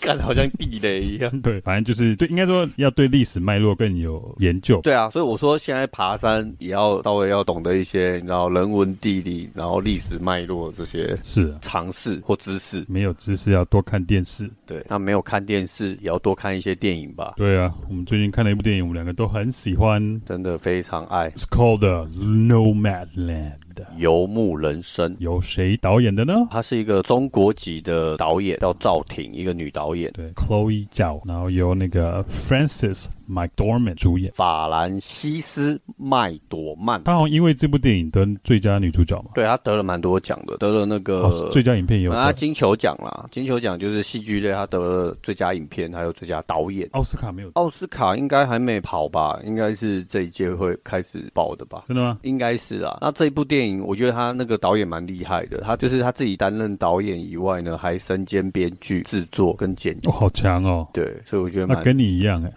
S1: 干得好像地雷一样。
S2: 对，反正就是对，应该说要对历史脉络更有研究。
S1: 对啊，所以我说现在爬山也要稍微要懂得一些，你知道人文地理，然后历史脉络这些
S2: 是啊，
S1: 常识或知识。
S2: 没有知识要多看电视。
S1: 对，那没有看电视也要多看一些电影吧，
S2: 对啊，我们最近看了一部电影，我们两个都很喜欢
S1: 真的非常爱
S2: ，It's called The Nomadland，
S1: 《游牧人生》。
S2: 由谁导演的呢？
S1: 她是一个中国籍的导演，叫赵婷，一个女导演，
S2: 对，Chloe Zhao，然后由那个 Francis McDormand 主演。
S1: 法兰西斯·麦朵曼。
S2: 她好像因为这部电影得最佳女主角嘛，
S1: 对她得了蛮多奖的，得了那
S2: 哦，
S1: 个
S2: 最佳影片也有
S1: 呃啊
S2: 得
S1: 金球奖啦，金球奖就是戏剧类，她得了最佳影片，还有最佳导演。
S2: 奥斯卡没有，
S1: 奥斯卡应该还没跑吧？应该是这一届会开始报的吧？
S2: 真的吗？
S1: 应该是啊。那这一部电影，我觉得他那个导演蛮厉害的，他就是他自己担任导演以外呢，还身兼编剧、制作跟剪辑。
S2: 哦，好强哦，
S1: 对，所以我觉得
S2: 那
S1: 蛮
S2: 跟你一样哎，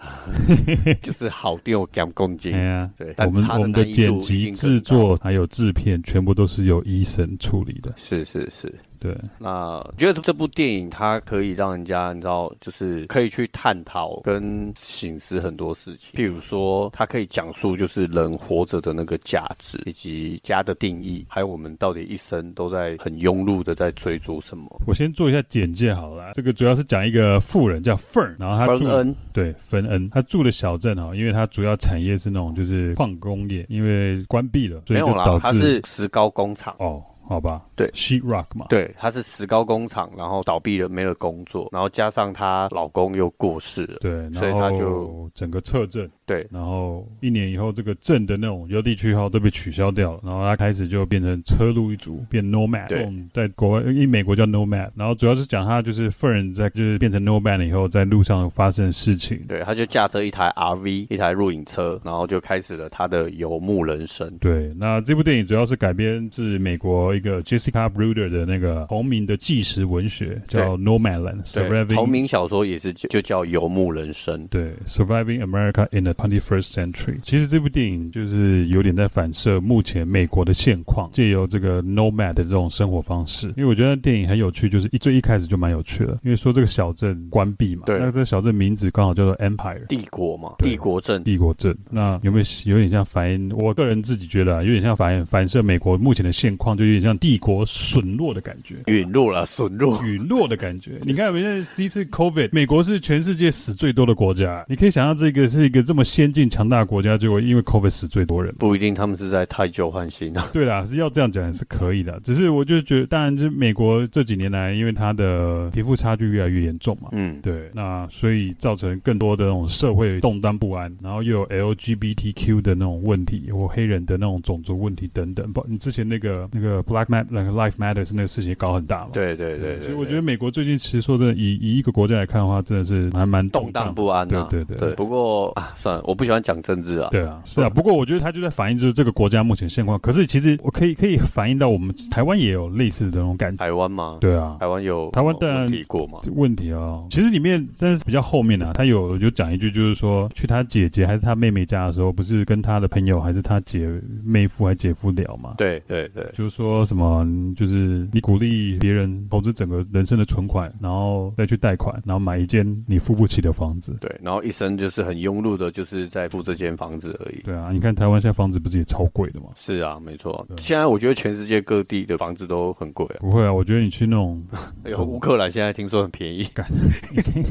S1: 就是好掉两公斤
S2: 哎。呀。
S1: 对，但
S2: 我们
S1: 他
S2: 我们的
S1: 难易度
S2: 剪
S1: 一
S2: 辑、
S1: 定更
S2: 制
S1: 大
S2: 作还有制片，全部都是由医生处理的。
S1: 是是是。
S2: 对，
S1: 那我觉得这部电影它可以让人家你知道，就是可以去探讨跟醒思很多事情，譬如说，它可以讲述就是人活着的那个价值，以及家的定义，还有我们到底一生都在很庸碌的在追逐什么。
S2: 我先做一下简介好了。这个主要是讲一个富人叫 Fern，然后他
S1: 芬
S2: 住
S1: 恩
S2: 对，芬恩，他住的小镇哈，因为他主要产业是那种就是矿工业，因为关闭了，所
S1: 没
S2: 以就
S1: 有啦，
S2: 导
S1: 它
S2: 致
S1: 是石膏工厂。
S2: 哦，好吧？
S1: 对
S2: ，sheet rock 嘛，
S1: 对，她是石膏工厂，然后倒闭了，没了工作，然后加上她老公又过世了，
S2: 对，
S1: 所以
S2: 然
S1: 他
S2: 后
S1: 就
S2: 整个撤镇，
S1: 对
S2: 然后一年以后，这个镇的那种邮递区号都被取消掉了，然后他开始就变成车路一族，变 nomad，
S1: 对
S2: 这种在国外，因为美国叫 nomad，然后主要是讲他就是 Fern 在就是变成 nomad 了以后，在路上发生的事情。
S1: 对，她就驾着一台 RV，一台露营车，然后就开始了她的游牧人生。
S2: 对，那这部电影主要是改编自美国一个 Jessica Bruder 的那个同名的纪实文学，叫《Nomadland》
S1: 对，
S2: ，Surviving
S1: 同名小说也是就就叫《游牧人生》。
S2: 对，《Surviving America in the 21st Century》。其实这部电影就是有点在反射目前美国的现况，借由这个 nomad 的这种生活方式。因为我觉得电影很有趣，就是一最一开始就蛮有趣的，因为说这个小镇关闭嘛，
S1: 对
S2: 那这个小镇名字刚好叫做 Empire。
S1: 帝国嘛，
S2: 对
S1: 帝国镇，
S2: 帝国镇，那有没有有点像反映？我个人自己觉得、啊、有点像反映反射美国目前的现况，就有点像帝国损落的感觉。
S1: 陨落了，损落。
S2: 陨落的感觉。 *laughs* 你看，我们现在第一次 COVID，美国是全世界死最多的国家。你可以想象，这个是一个这么先进强大的国家，结果因为 COVID 死最多人。
S1: 不一定他们是在太旧换新啊。
S2: 对啦，是要这样讲也是可以的。只是我就觉得，当然，就是美国这几年来，因为它的贫富差距越来越严重嘛。
S1: 嗯，
S2: 对，那所以造成更多的那种社会动荡不安，然后又有 LGBTQ 的那种问题，或黑人的那种种族问题等等。不，你之前那个那个 Black Mat 那个 Life Matters 那个事情也搞很大嘛。
S1: 对对对对，
S2: 所以我觉
S1: 对
S2: 得美国最近其实说真的，以以一个国家来看的话，真的是还蛮
S1: 动荡不安啊。
S2: 对对对
S1: 对，不过啊，算了，我不喜欢讲政治啊。
S2: 对啊，是啊。不过我觉得它就在反映就是这个国家目前现况。可是其实我可以可以反映到我们台湾也有类似的那种感觉。
S1: 台湾嘛，
S2: 对啊，
S1: 台湾有
S2: 台湾
S1: 什么
S2: 当然
S1: 问题过嘛？
S2: 这问题哦，其实里面但是比较后面啊，他有有讲一句，就是说去他姐姐还是他妹妹家的时候，不是跟他的朋友还是他姐妹夫还姐夫聊嘛？
S1: 对对对，
S2: 就是说什么，就是你鼓励别人投资整个人生的存款，然后再去贷款，然后买一间你付不起的房子。
S1: 对，然后一生就是很庸碌的，就是在付这间房子而已。
S2: 对啊，你看台湾现在房子不是也超贵的吗？
S1: 是啊，没错
S2: 对。
S1: 现在我觉得全世界各地的房子都很贵啊，
S2: 不会啊，我觉得你去那
S1: *laughs*
S2: 种，
S1: 哎呦，乌克兰现在听说很便 *laughs* 宜。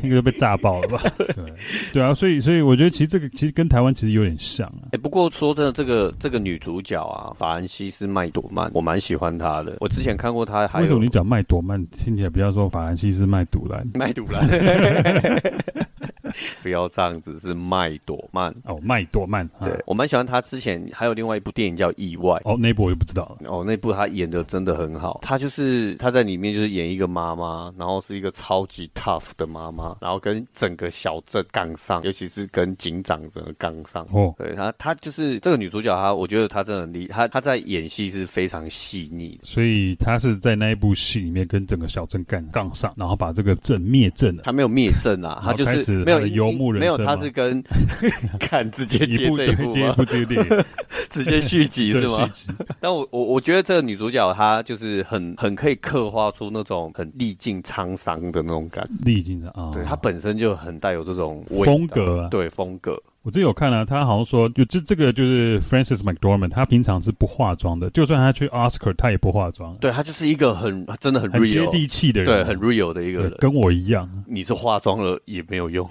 S2: 那个被炸爆了吧？对对啊，所以所以我觉得其实这个其实跟台湾其实有点像啊。
S1: 哎、不过说真的，这个这个女主角啊，法兰西斯麦朵曼，我蛮喜欢她的。我之前看过她，还
S2: 为什
S1: 有
S2: 么你讲卖朵曼听起来比较说法兰西斯卖毒兰？
S1: 麦朵兰， *laughs* 不要这样子，是麦朵曼。
S2: 哦，卖朵曼。啊
S1: 对、我蛮喜欢她之前还有另外一部电影叫《意外》。
S2: 哦，那部我就不知道了。
S1: 哦，那部她演的真的很好，她就是她在里面就是演一个妈妈，然后是一个超级 tough 的妈妈，然后跟整个小镇杠上，尤其是跟警长整个杠上。
S2: 哦，
S1: 对她，她就是这个女主角她，我觉得她真的很厉她她在演戏是非常细腻的，
S2: 所以他是在那一部戏里面跟整个小镇干杠上，然后把这个镇灭镇了。
S1: 她没有灭镇
S2: *laughs*
S1: 啊，她就
S2: 然后
S1: 是
S2: 开始
S1: 没有
S2: 她的游牧人
S1: 没有，
S2: 生
S1: 她
S2: 吗
S1: 是
S2: *laughs*
S1: 跟看直 *laughs* 接接
S2: 部
S1: 这一
S2: 对
S1: 部
S2: 接一
S1: 吗
S2: 部这
S1: *laughs*
S2: 个电影，
S1: 直接续集是
S2: *laughs* 对
S1: 吗
S2: 续？集
S1: 但我我我觉得这个女主角她就是很很可以刻画出那种很历尽沧桑的那种感觉，
S2: 历经的啊，
S1: 对她本身就很带有这种味道
S2: 风，格啊，
S1: 对风格，
S2: 我自己有看了、他好像说，就这这个就是 Francis McDormand，他平常是不化妆的，就算他去 Oscar，他也不化妆，
S1: 对她就是一个很真的很
S2: 很接
S1: real，
S2: 地气的人，
S1: 对，很 real 的一个
S2: 对
S1: 人。
S2: 跟我一样，
S1: 你是化妆了也没有
S2: *laughs*
S1: 用，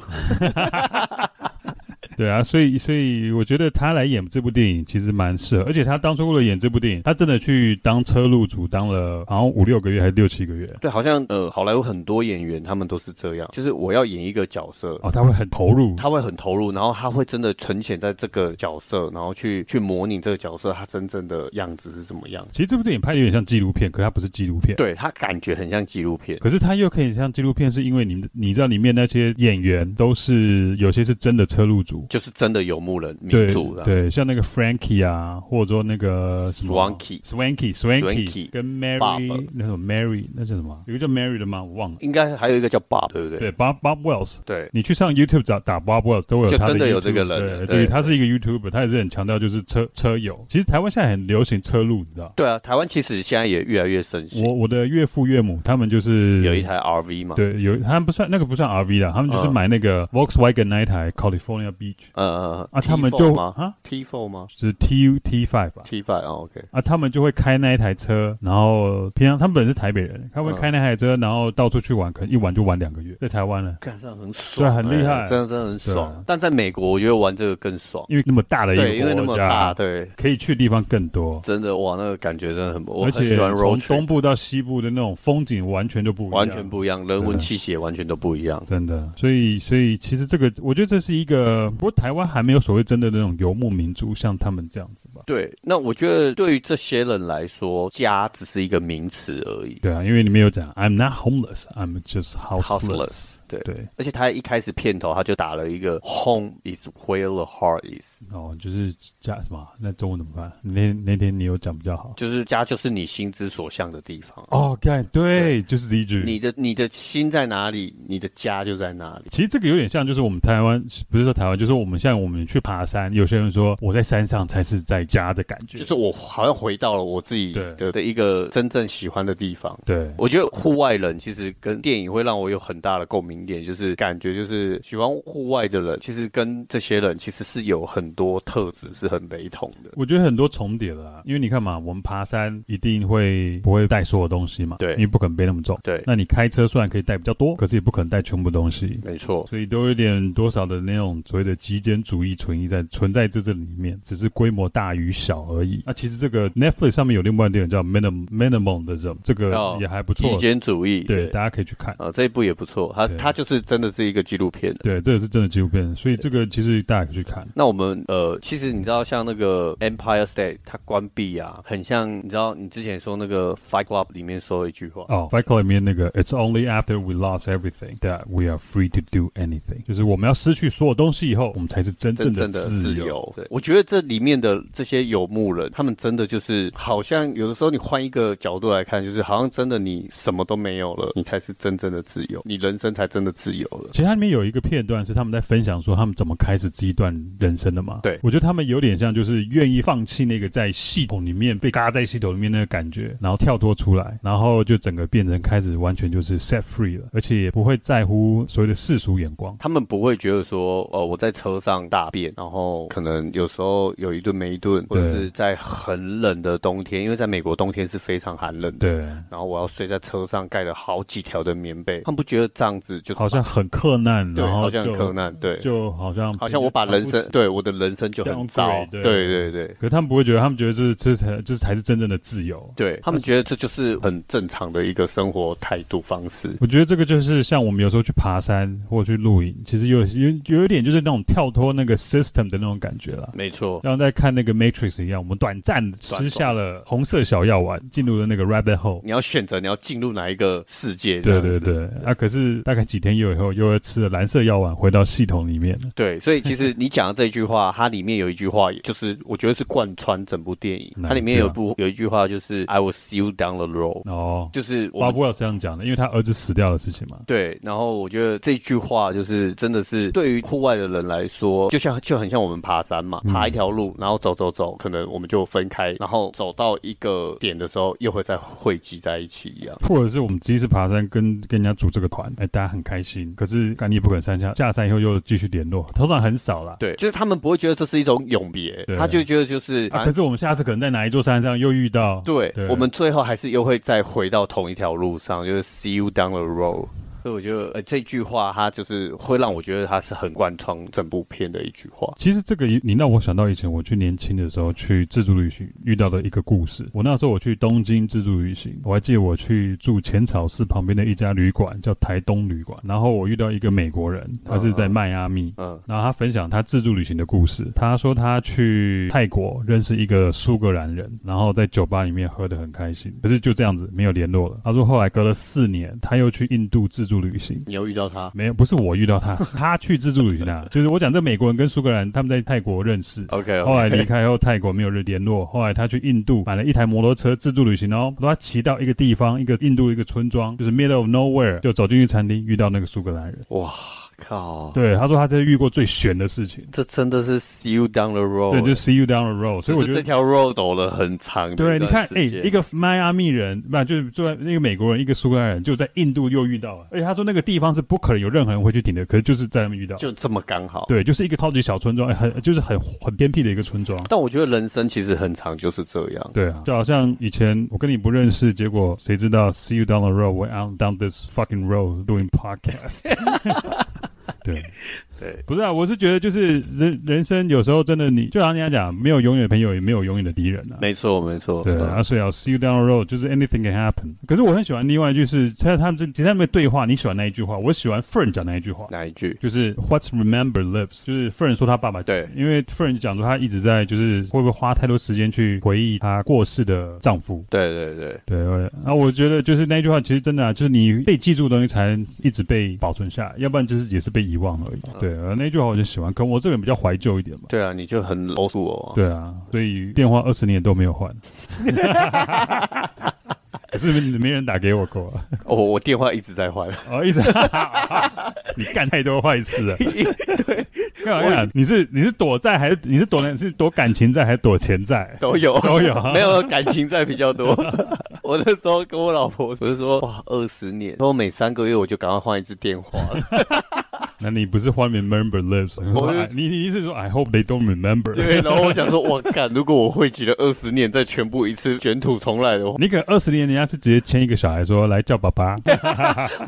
S2: 对啊，所以所以我觉得他来演这部电影其实蛮适合，而且他当初为了演这部电影，他真的去当车路主当了好像五六个月还是六七个月，
S1: 对，好像呃，好莱坞很多演员他们都是这样，就是我要演一个角色，
S2: 哦，他会很投入，
S1: 他会很投入，然后他会真的沉潜在这个角色，然后去去模拟这个角色他真正的样子是怎么样。
S2: 其实这部电影拍的有点像纪录片，可它不是纪录片。
S1: 对他感觉很像纪录片，
S2: 可是它又可以像纪录片，是因为你你知道里面那些演员都是有些是真的车路主，
S1: 就是真的游牧人民
S2: 对
S1: 族的。
S2: 对，像那个 Frankie 啊，或者说那个什么
S1: Swanky
S2: Swanky Swanky
S1: Swanky
S2: 跟
S1: Bob
S2: Mary 那种 Mary 那叫什么？有个叫 Mary 的吗？我忘了。
S1: 应该还有一个叫 Bob，对不对？
S2: 对，Bob Bob Wells。
S1: 对
S2: 你去上 YouTube 打打 Bob Wells 都会
S1: 就
S2: 他的 YouTube,
S1: 真的有这个人
S2: 对，
S1: 对
S2: 对，
S1: 对
S2: 他是一个 YouTuber，他也是很强调就是车车友。其实台湾现在很流行车路，你知道？
S1: 对啊，台湾其实现在也越来越盛行
S2: 我，我的岳父岳母他们就是
S1: 有一台 RV 嘛，
S2: 对，有他们不算那个不算 RV 啦，他们就是
S1: 嗯
S2: 买那个 Volkswagen 那一台 California Beach， Package
S1: 呃，T4
S2: 啊，他们就
S1: 吗
S2: 啊
S1: ？T four 吗
S2: 是 T T Five 吧。
S1: ？T five 哦，OK，
S2: 啊，他们就会开那一台车，然后平常他们本身是台北人，他们会
S1: 嗯
S2: 开那台车，然后到处去玩，可能一玩就玩两个月，在台湾了，
S1: 干上很爽
S2: 对
S1: 欸，
S2: 很厉害
S1: 真的真的很
S2: 对啊
S1: 爽。但在美国，我觉得玩这个更爽，
S2: 因为那么大的一
S1: 对，因为那
S2: 个
S1: 么
S2: 国
S1: 大，
S2: 家，
S1: 对，
S2: 可以去的地方更多，
S1: 真的哇，那个感觉真的很，我很
S2: 而且
S1: 喜欢 road
S2: 从
S1: trip，
S2: 东部到西部的那种风景完全就不一样，
S1: 完全不一样，人
S2: 对
S1: 文气息也完全都不一样。
S2: 真的，所以所以其实这个，我觉得这是一个，不过台湾还没有所谓真的那种游牧民族，像他们这样子吧。
S1: 对，那我觉得对于这些人来说，家只是一个名词而已。
S2: 对啊，因为你没有讲，I'm not homeless, I'm just houseless
S1: Houseless，。对
S2: 对，
S1: 而且他一开始片头他就打了一个 “Home is where the heart is”，
S2: 哦，就是家什么？那中文怎么办？那那天你有讲比较好。
S1: 就是家就是你心之所向的地方。啊
S2: 哦，对对，就是这一句。
S1: 你的你的心在哪里，你的家就在哪里。
S2: 其实这个有点像，就是我们台湾，不是说台湾，就是我们像我们去爬山，有些人说我在山上才是在家的感觉，
S1: 就是我好像回到了我自己
S2: 对
S1: 的的一个真正喜欢的地方。
S2: 对
S1: 我觉得户外人其实跟电影会让我有很大的共鸣点，就是感觉就是喜欢户外的人，其实跟这些人其实是有很多特质是很雷同的。
S2: 我觉得很多重叠的、啊，因为你看嘛，我们爬山一定会不会带所有东西嘛？
S1: 对
S2: 因为不可能背那么重。
S1: 对
S2: 那你开车虽然可以带比较多，可是也不可能带全部东西，
S1: 没错，
S2: 所以都有点多少的那种所谓的极简主义存疑在存在在这里面，只是规模大与小而已。那、其实这个 Netflix 上面有另外一个电影叫 Minim Minimum 的 m 这个
S1: 哦
S2: 也还不
S1: 极
S2: 错，
S1: 简主义，
S2: 对，大家可以去看。
S1: 啊、这一部也不错，它
S2: 对
S1: 它就是真的是一个纪录片。
S2: 对，这个是真的纪录片，所以这个其实大家可以去看。
S1: 那我们呃，其实你知道，像那个 Empire State 它关闭啊，很像你知道你之前说那个 Fight Club 里面说的一句话，
S2: 哦，《Fight Club》里面那个 “It's only after we lost everything that we are free to do anything”，就是我们要失去所有东西以后，我们才是真正
S1: 真正
S2: 的
S1: 的
S2: 自
S1: 自
S2: 由。
S1: 由。对，我觉得这里面的这些游牧人，他们真的就是好像有的时候你换一个角度来看，就是好像真的你什么都没有了，你才是真正的自由，你人生才真的自由了。
S2: 其实它里面有一个片段是他们在分享说他们怎么开始这一段人生的嘛。
S1: 对
S2: 我觉得他们有点像就是愿意放弃那个在系统里面被嘎在系统里面那个感觉，然后跳脱出来，然后就整个变成开始完全就是 set free 了，而且也不会在乎所谓的世俗眼光。
S1: 他们不会觉得说，呃，我在车上大便，然后可能有时候有一顿没一顿，或者
S2: 对
S1: 是在很冷的冬天，因为在美国冬天是非常寒冷的。
S2: 对，
S1: 然后我要睡在车上，盖了好几条的棉被。他们不觉得这样子就是
S2: 好像很困难，
S1: 对，
S2: 然后
S1: 好
S2: 就
S1: 像很困难，对，
S2: 就好像
S1: 好像我把人生对我的人生就很糟
S2: downgrade，，对
S1: 对对对
S2: 可是他们不会觉得，他们觉得这这才这才是真正的自由。
S1: 对，他们觉得这就是很正常的一个生活态度方式。
S2: 我觉得这个就是像我们有时候去爬山或去露营，其实有有有一点就是那种跳脱那个 system 的那种感觉啦。
S1: 没错，
S2: 像在看那个 Matrix 一样，我们短暂吃下了红色小药丸，进入了那个 rabbit hole。
S1: 你要选择你要进入哪一个世界，这
S2: 对
S1: 样
S2: 对
S1: 子
S2: 对，啊，可是大概几天以后，又要吃了蓝色药丸，回到系统里面了。
S1: 对，所以其实你讲的这一句话，它里面有一句话，就是我觉得是贯穿整部电影。
S2: 哪一句啊
S1: 它里面有一部有一句话就是 “I will see you down the road”，
S2: 哦，
S1: 就是我
S2: 巴
S1: 们
S2: 布尔这样讲的，因为他儿子死掉的事情嘛。
S1: 对，然后我觉得这句话就是真的是对于户外的人来说，就像就很像我们爬山嘛，
S2: 嗯
S1: 爬一条路，然后走走走，可能我们就分开，然后走到一个点的时候，又会再汇集在一起一样。
S2: 或者是我们第一次爬山跟跟人家组这个团，哎，大家很开心，可是干你也不肯上下下山以后又继续联络，通常很少啦。
S1: 对，就是他们不会觉得这是一种永别
S2: 对，
S1: 他就觉得就是
S2: 啊，
S1: 反
S2: 可
S1: 正
S2: 是我们下次可能在哪一座山上又遇到，
S1: 对
S2: 对，
S1: 我们最后还是又会再回到同一条路上，就是 see you down the road。所以我觉得，呃，这句话它就是会让我觉得它是很贯穿整部片的一句话。
S2: 其实这个也你让我想到以前我去年轻的时候去自助旅行遇到的一个故事。我那时候我去东京自助旅行，我还记得我去住浅草寺旁边的一家旅馆，叫台东旅馆。然后我遇到一个美国人，他是在迈阿密，
S1: 嗯，
S2: 然后他分享他自助旅行的故事。他说他去泰国认识一个苏格兰人，然后在酒吧里面喝得很开心，可是就这样子没有联络了。他说后来隔了四年，他又去印度自助旅行。
S1: 你有遇到他
S2: 没有，不是我遇到 *laughs* 他，是他去自助旅行啊。就是我讲这美国人跟苏格兰他们在泰国认识，
S1: ？OK，
S2: 后来离开后，泰国没有联络。后来他去印度买了一台摩托车自助旅行哦，他骑到一个地方，一个印度一个村庄，就是 middle of nowhere，就走进去餐厅，遇到那个苏格兰人。
S1: 哇， *laughs* 靠，
S2: 对，他说他这是遇过最悬的事情。
S1: 这真的是 see you down the road，
S2: 哦对，就 see you down the road。所以我
S1: 只
S2: 觉
S1: 是这
S2: 得，
S1: 条 road 走了很长的
S2: 对，
S1: 一
S2: 你
S1: 段
S2: 看，哎、
S1: 时间
S2: 一个迈阿密人，不就是住在那个美国人，一个苏格兰人，就在印度又遇到了。而哎且他说那个地方是不可能有任何人会去停的，可是就是在那边遇到。
S1: 就这么刚好。
S2: 对，就是一个超级小村庄，哎很就是很很偏僻的一个村庄。
S1: 但我觉得人生其实很长就是这样。
S2: 对啊，就好像以前我跟你不认识，结果谁知道 see you down the road when I'm down this fucking road doing podcast 。对，
S1: *laughs* 对，
S2: 不是啊，我是觉得就是人人生有时候真的你，就像人家讲，没有永远的朋友，也没有永远的敌人啊。
S1: 没错，没错。呃
S2: 对啊，所以要 see you down the road，就是 anything can happen。可是我很喜欢另外一句是，他他们这其实他们的对话，你喜欢那一句话，我喜欢 Fern 讲那一句话。
S1: 哪一句？
S2: 就是 What's remember lives，就是 Fern 说他爸爸
S1: 对
S2: 因为 Fern 讲说他一直在就是会不会花太多时间去回忆她过世的丈夫。
S1: 对对对，
S2: 对，我啊，我觉得就是那句话，其实真的啊，就是你被记住的东西才能一直被保存下来，要不然就是也是被遗忘而已。对，啊那句话我就喜欢，可能我这个人比较怀旧一点吧。
S1: 对啊，你就很 low 我、啊。
S2: 对啊，所以电话二十年都没有换，可是没人打给我过啊，
S1: 哦，我电话一直在换， *laughs*
S2: 哦，一直， *laughs* 你干太多坏事了。干嘛干嘛？你是你是躲债还是你是躲是躲感情债还是躲钱债？
S1: 都有
S2: 都有
S1: *laughs*
S2: 啊
S1: 没有感情在比较多。 *laughs* 我那时候跟我老婆，我就说哇，二十年，说每三个月我就赶快换一次电话。
S2: *laughs* 那你不是换 remember lives？你说
S1: 我是
S2: 哎你你是说 I hope they don't remember？
S1: 对，然后我想说，我干，如果我汇集了二十年，再全部一次卷土重来的话，
S2: *laughs* 你可能二十年，人家是直接签一个小孩说来叫爸
S1: *laughs*
S2: 爸，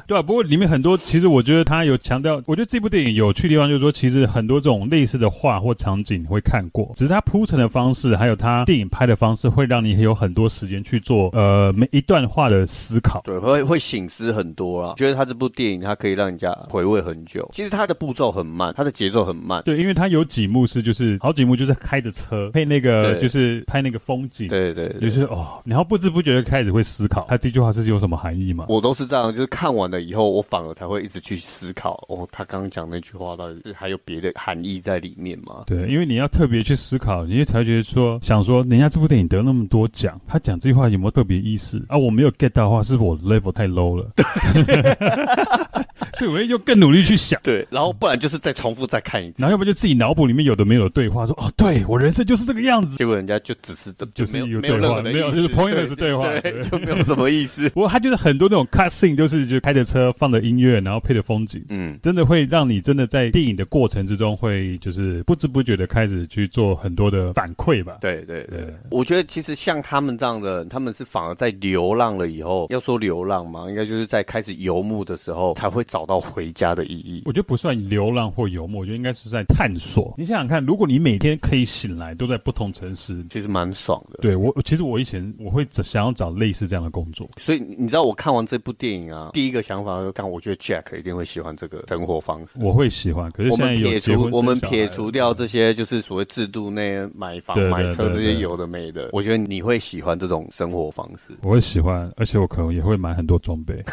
S2: 对啊，不过里面很多，其实我觉得他有强调，我觉得这部电影有趣的地方就是说，其实很多这种类似的话或场景会看过，只是他铺陈的方式，还有他电影拍的方式，会让你有很多时间去做呃每一段话的思考。
S1: 对，会会醒思很多啊。觉得他这部电影，它可以让人家回味很久。其实它的步骤很慢，它的节奏很慢。
S2: 对，因为他有几幕是就是好几幕就是开着车配那个
S1: 对
S2: 就是拍那个风景，
S1: 对对对
S2: 就是哦，然后不知不觉的开始会思考，他这句话是有什么含义吗？
S1: 我都是这样，就是看完了以后，我反而才会一直去思考，哦，他刚刚讲那句话到底是还有别的含义在里面吗？
S2: 对，因为你要特别去思考，你就才会觉得说，想说人家这部电影得那么多奖，他讲这句话有没有特别意思啊？我没有 get 到的话，是不是我 level 太
S1: *laughs*
S2: low 了，所以我又更努力去想。
S1: 对，然后不然就是再重复再看一次
S2: 然，后要不然就自己脑补里面有的没有的对话，说哦，对我人生就是这个样子。
S1: 结果人家就只是的，
S2: 就是
S1: 没有
S2: 有
S1: 没有
S2: 对
S1: 任
S2: 话
S1: 何的
S2: 没有
S1: 意思
S2: 就是 pointless 对话
S1: 对，
S2: 对。
S1: 就没有什么意思 *laughs*
S2: 不过他就是很多那种 cut scene，就是就开着车放着音乐，然后配着风景，
S1: 嗯，
S2: 真的会让你真的在电影的过程之中，会就是不知不觉的开始去做很多的反馈吧。
S1: 对对对，
S2: 对
S1: 我觉得其实像他们这样的人，他们是反而在流浪了以后，要说流浪嘛，应该就是在开始游牧的时候才会找到回家的意义。
S2: 我觉得不算流浪或游牧，我觉得应该是在探索。你想想看，如果你每天可以醒来都在不同城市，
S1: 其实蛮爽的，
S2: 对我其实我以前我会只想要找类似这样的工作，
S1: 所以你知道我看完这部电影啊，第一个想法就是，看我觉得 Jack 一定会喜欢这个生活方式。
S2: 我会喜欢。可是
S1: 我
S2: 现在
S1: 们
S2: 有
S1: 撇
S2: 结
S1: 除
S2: 婚，
S1: 我们
S2: 生小孩
S1: 撇
S2: 了
S1: 除掉这些，就是所谓制度内买房
S2: 对、对
S1: 买车
S2: 对
S1: 这些
S2: 对
S1: 有的没的，我觉得你会喜欢这种生活方式。
S2: 我会喜欢，而且我可能也会买很多装备。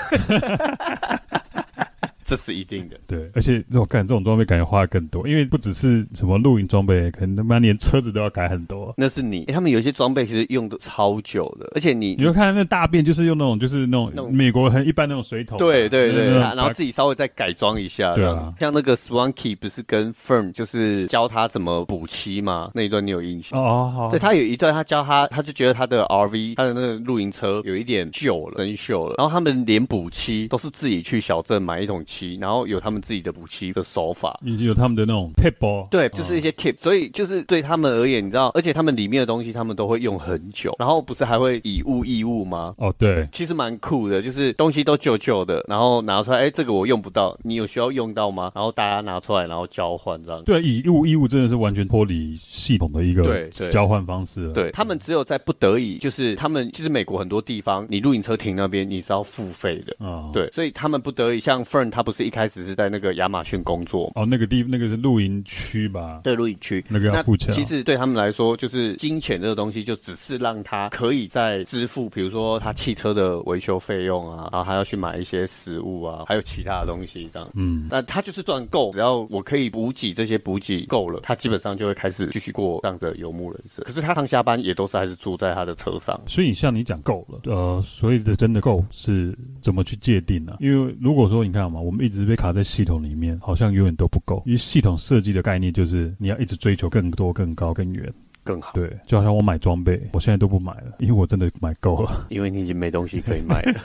S1: 这是一定的。
S2: 对，而且这种干这种装备感觉花的更多，因为不只是什么露营装备，可能他妈连车子都要改很多。
S1: 那是你，欸他们有一些装备其实用的超久的，而且你
S2: 你就看那大便，就是用那种，就是那
S1: 那
S2: 种
S1: 种
S2: 美国很一般那种水桶啊，
S1: 对对对，
S2: 那种
S1: 然后自己稍微再改装一下，
S2: 对
S1: 这
S2: 啊
S1: 样子。像那个 Swanky 不是跟 Firm 就是教他怎么补漆吗？那一段你有印象？
S2: 哦哦好，
S1: 对他有一段，他教他，他就觉得他的 RV，他的那个露营车有一点旧了、生锈了。然后他们连补漆都是自己去小镇买一桶漆，然后有他们自己的补漆的手法。
S2: 有有他们的那种 pit ball，
S1: 对，就是
S2: 哦
S1: 一些 tip，、所以就是对他们而言，你知道，而且他们里面的东西他们都会用很久，然后不是还会以物易物吗？
S2: 哦对，
S1: 其实蛮酷的，就是东西都旧旧的，然后拿出来，哎、这个我用不到，你有需要用到吗？然后大家拿出来，然后交换这样。
S2: 对，啊以物易物真的是完全脱离系统的一个
S1: 对对
S2: 交换方式了。
S1: 对他们只有在不得已，就是他们其实美国很多地方，你露营车停那边你是要付费的，
S2: 啊，
S1: 对，所以他们不得已，像 Fern 他不是一开始是在那个亚马逊工作吗，
S2: 哦，那个地那个是露营区吧？
S1: 对露营区，
S2: 那个要付钱啊
S1: 其实对他们来说，就是金钱这个东西，就只是让他可以在支付，比如说他汽车的维修费用啊，然后还要去买一些食物啊，还有其他的东西这样。
S2: 嗯，
S1: 那他就是赚够，只要我可以补给这些补给够了，他基本上就会开始继续过这样的游牧人生。可是他上下班也都是还是住在他的车上。
S2: 所以像你讲够了，呃，所以这真的够是怎么去界定呢、因为如果说你看嘛，我我们一直被卡在系统里面，好像永远都不够。因为系统设计的概念就是你要一直追求更多、更高、更远。
S1: 更好，
S2: 对，就好像我买装备，我现在都不买了，因为我真的买够了。 *laughs*
S1: 因为你已经没东西可以卖 *laughs* 了。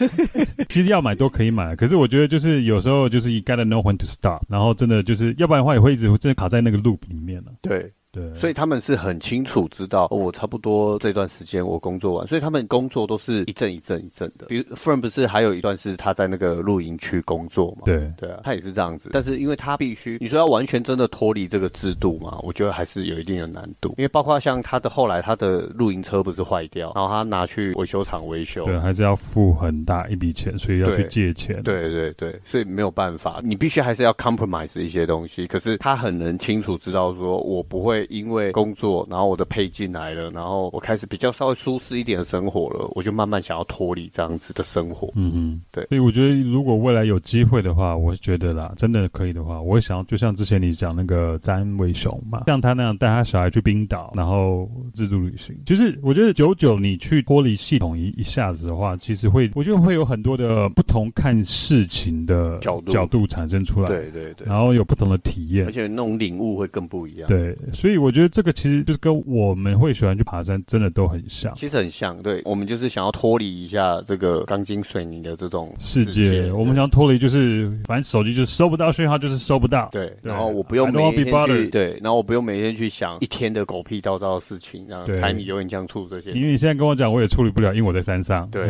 S2: 其实要买都可以买，啊可是我觉得就是有时候就是 you gotta know when to stop，然后真的就是要不然的话也会一直真的卡在那个 loop 里面了、啊
S1: 对，
S2: 对，
S1: 所以他们是很清楚知道、哦我差不多这段时间我工作完，所以他们工作都是一阵一阵一阵的。比如 Fern 不是还有一段是他在那个露营区工作嘛？
S2: 对
S1: 对啊，他也是这样子，但是因为他必须，你说要完全真的脱离这个制度嘛，我觉得还是有一定的难度，因为包括像他的后来他的露营车不是坏掉，然后他拿去维修厂维修，
S2: 对，还啊是要付很大一笔钱，所以要去
S1: 对
S2: 借钱。啊
S1: 对对对，所以没有办法，你必须还是要 compromise 一些东西。可是他很能清楚知道说，我不会因为工作，然后我的配进来了，然后我开始比较稍微舒适一点的生活了，我就慢慢想要脱离这样子的生活。
S2: 嗯嗯，
S1: 对
S2: 所以我觉得如果未来有机会的话，我觉得啦，真的可以的话，我会想要就像之前你讲那个詹伟雄嘛，像他那样带他小孩去冰岛，然后自助旅行。就是我觉得久久你去脱离系统一一下子的话，其实会我觉得会有很多的不同看事情的
S1: 角度
S2: 角度产生出来，
S1: 对对对，
S2: 然后有不同的体验
S1: 而。且那种领悟会更不一样。，
S2: 对，所以我觉得这个其实就是跟我们会喜欢去爬山真的都很像。
S1: 其实很像，对我们就是想要脱离一下这个钢筋水泥的这种
S2: 世界，
S1: 界。
S2: 我们想要脱离就是，反正手机就是收不到讯号，就是收不到。
S1: 对，
S2: 对
S1: 然后我不用
S2: I don't wanna
S1: 每
S2: be
S1: 天
S2: bothered
S1: 去对，然后我不用每天去想一天的狗屁叨叨的事情，然后
S2: 对
S1: 柴米油盐酱醋这些
S2: 因为你现在跟我讲，我也处理不了，因为我在山上。 *laughs*
S1: 对，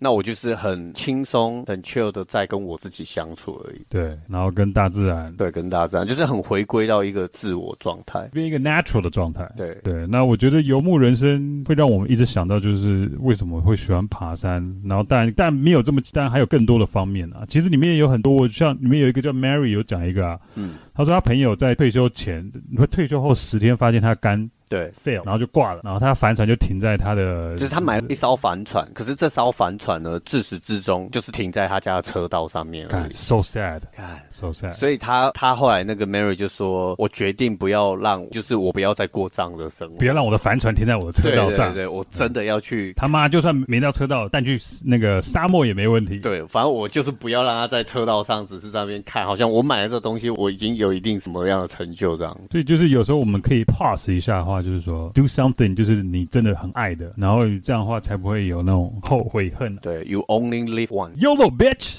S1: 那我就是很轻松、很 chill 的在跟我自己相处而已。
S2: 对，然后跟大自然
S1: 对，跟大家这样，就是很回归到一个自我状态。
S2: 变一个 natural 的状态。
S1: 对，
S2: 对，那我觉得游牧人生会让我们一直想到，就是为什么会喜欢爬山，然后但但没有这么，当然还有更多的方面啊。其实里面有很多，我像里面有一个叫 Mary 有讲一个啊，
S1: 嗯，
S2: 他说他朋友在退休前，退休后十天发现他肝
S1: 对，
S2: fail，然后就挂了，然后他帆船就停在他的，
S1: 就是他买了一艘帆船，可是这艘帆船呢，自始至终就是停在他家的车道上面而
S2: 干
S1: 已。
S2: ，so sad，so
S1: 看
S2: sad。
S1: 所以他他后来那个 Mary 就说：“我决定不要让，就是我不要再过这样的生活，
S2: 不要让我的帆船停在我的车
S1: 对
S2: 道
S1: 对对
S2: 上。
S1: 对，我真的要去。”
S2: 他妈就算没到车道，但去那个沙漠也没问题。
S1: 对，反正我就是不要让他在车道上，只是在那边看，好像我买了这东西，我已经有一定什么样的成就这样。
S2: 所以就是有时候我们可以 pause 一下的话，就是说 do something，就是你真的很爱的，然后这样的话才不会有那种后悔恨。
S1: 对，You only live once。
S2: YOLO
S1: *laughs*
S2: bitch，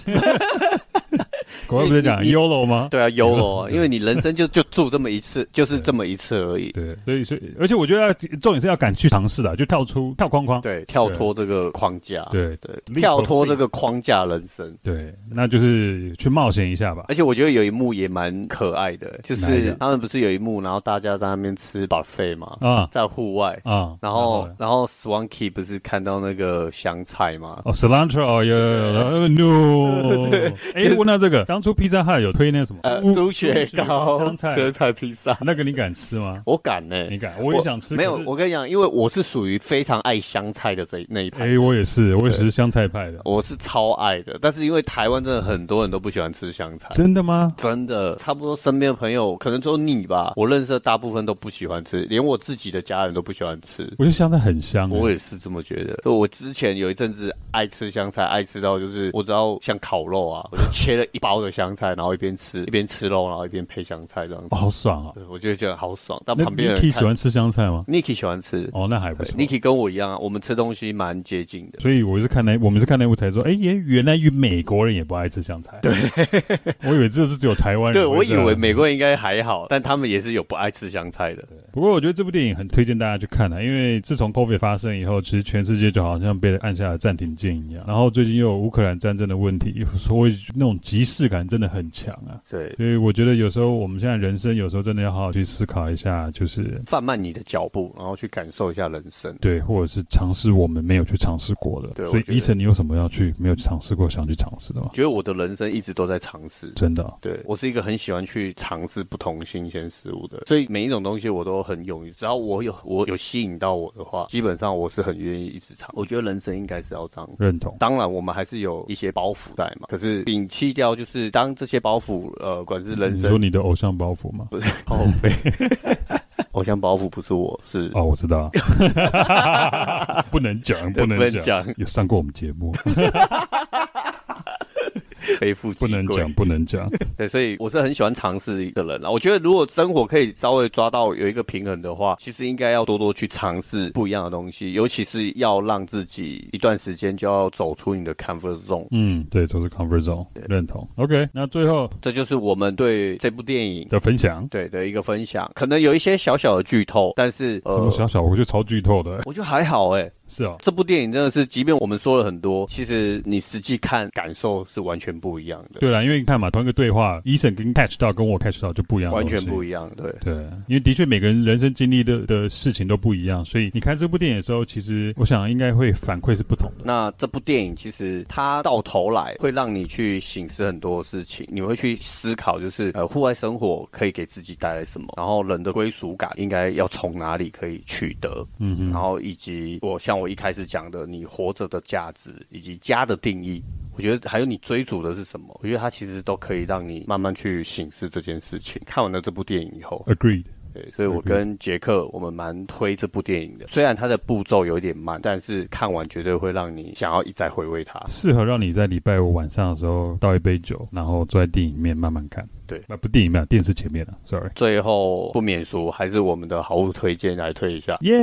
S2: 国外不是讲
S1: 你你
S2: YOLO 吗？
S1: 对啊，YOLO，
S2: *laughs* 对
S1: 因为你人生就就住这么一
S2: *laughs*
S1: 次，就是这么一次而已。
S2: 对，所以所以而且我觉得要重点是要敢去尝试的，就跳出跳框框。
S1: 对，跳脱这个框架，
S2: 对
S1: 对，
S2: Leap
S1: 跳脱
S2: of faith
S1: 这个框架人生。
S2: 对，那就是去冒险一下吧。
S1: 而且我觉得有一幕也蛮可爱的，就
S2: 哪一个
S1: 是他们不是有一幕，然后大家在那边吃 buffet 嘛，
S2: 啊
S1: 在户外，
S2: 啊，
S1: 然后
S2: 呢
S1: 然后 Swanky 不是看到那个香菜吗？
S2: 哦，cilantro 哦有有有有，no，哎，
S1: *laughs*
S2: 问到这个，当初披萨汉有推那什么
S1: 呃，
S2: 乌
S1: 猪血糕、
S2: 香菜，
S1: 香菜披萨，
S2: *laughs* 那个你敢吃吗？
S1: 我敢呢，
S2: 你敢？我也想吃，
S1: 没有
S2: 可，是
S1: 我跟你讲，因为我是属于非常爱香菜的这一那一派
S2: 哎，我也是，我也是香菜派的。
S1: 我是超爱的，但是因为台湾真的很多人都不喜欢吃香菜，
S2: 真的吗？
S1: 真的，差不多身边的朋友可能只有你吧，我认识的大部分都不喜欢吃，连我自己的家人都不喜欢吃。
S2: 我觉得香菜很香。
S1: 我
S2: 哎
S1: 也是这么觉得。就我之前有一阵子爱吃香菜，爱吃到就是我只要像烤肉啊，我就切了一包的香菜，然后一边吃一边吃肉，然后一边配香菜这样子
S2: 哦，。好爽啊！
S1: 对，我就觉得好爽。但
S2: 那
S1: 旁边的
S2: Niki
S1: 人
S2: 喜欢吃香菜吗？
S1: Niki 喜欢吃
S2: 哦，那还不错。
S1: ，Niki 跟我一样啊，我们吃东西蛮接近的。
S2: 所以我是看那，我们是看那部才说，哎，也原来与美国人也不爱吃香菜。对， *laughs* 我以为哎这是啊只有台湾人。
S1: 对，我以为
S2: 美。
S1: 美国人应该还好，但他们也是有不爱吃香菜的。
S2: 不过我觉得这部电影很推荐大家去看啊，因为自从 COVID 发生以后，其实全世界就好像被按下了暂停键一样。然后最近又有乌克兰战争的问题，所以那种即视感真的很强啊。
S1: 对，
S2: 所以我觉得有时候我们现在人生，有时候真的要好好去思考一下，就是
S1: 放慢你的脚步，然后去感受一下人生。
S2: 对，或者是尝试我们没有去尝试过的。
S1: 对
S2: 所以
S1: 我觉得
S2: 医生，你有什么要去没有去尝试过、想去尝试的吗？
S1: 觉得我的人生一直都在尝试。
S2: 真的哦、
S1: 对我是一个很喜欢去尝试不同新鲜事物的，所以每一种东西我都很勇于，只要我有我有吸引到我的话，基本上我是很愿意一直尝。我觉得人生应该是要这样。
S2: 认同。
S1: 当然，我们还是有一些包袱在嘛。可是摒弃掉，就是当这些包袱，呃，不管是人
S2: 你
S1: 生
S2: 说你的偶像包袱吗？
S1: 不是包背， *laughs* 偶像包袱不是我，是
S2: 哦，我知道，啊 *laughs* 不能讲，
S1: *laughs* 对
S2: 不能
S1: 不能
S2: 讲
S1: 讲， *laughs*
S2: 有上过我们节目。
S1: 背负
S2: 不能
S1: 其贵
S2: 讲，不能讲。
S1: 对，所以我是很喜欢尝试一个人啦。我觉得如果生活可以稍微抓到有一个平衡的话，其实应该要多多去尝试不一样的东西，尤其是要让自己一段时间就要走出你的 comfort zone。
S2: 嗯，对，这是 comfort zone，认同。OK，那最后
S1: 这就是我们对这部电影
S2: 的分享，
S1: 对的一个分享，可能有一些小小的剧透，但是呃
S2: 什么小小，我觉得超剧透的。
S1: 我觉得还好哎、
S2: 是哦，
S1: 这部电影真的是，即便我们说了很多，其实你实际看感受是完全不一样的，
S2: 对了，因为你看嘛，同一个对话，医生跟 catch 到跟啊我 catch 到就不一样，
S1: 完全不
S2: 一样。
S1: 一样。对，
S2: 对，因为的确每个人人生经历的的事情都不一样，所以你看这部电影的时候，其实我想应该会反馈是不同的。
S1: 那这部电影其实它到头来会让你去醒思很多事情，你会去思考，就是呃，户外生活可以给自己带来什么，然后人的归属感应该要从哪里可以取得，
S2: 嗯哼，
S1: 然后以及我像我一开始讲的，你活着的价值以及家的定义。我觉得还有你追逐的是什么？我觉得它其实都可以让你慢慢去醒思这件事情。看完了这部电影以后，
S2: ，agreed。
S1: 对，所以
S2: 嗯
S1: 我跟杰克我们蛮推这部电影的。虽然它的步骤有一点慢，但是看完绝对会让你想要一再回味它。
S2: 适合让你在礼拜五晚上的时候倒一杯酒，然后坐在电影面慢慢看。
S1: 对
S2: 啊，不电影面，电视前面了、Sorry，
S1: 最后不免俗，还是我们的好物推荐来推一下。
S2: 耶、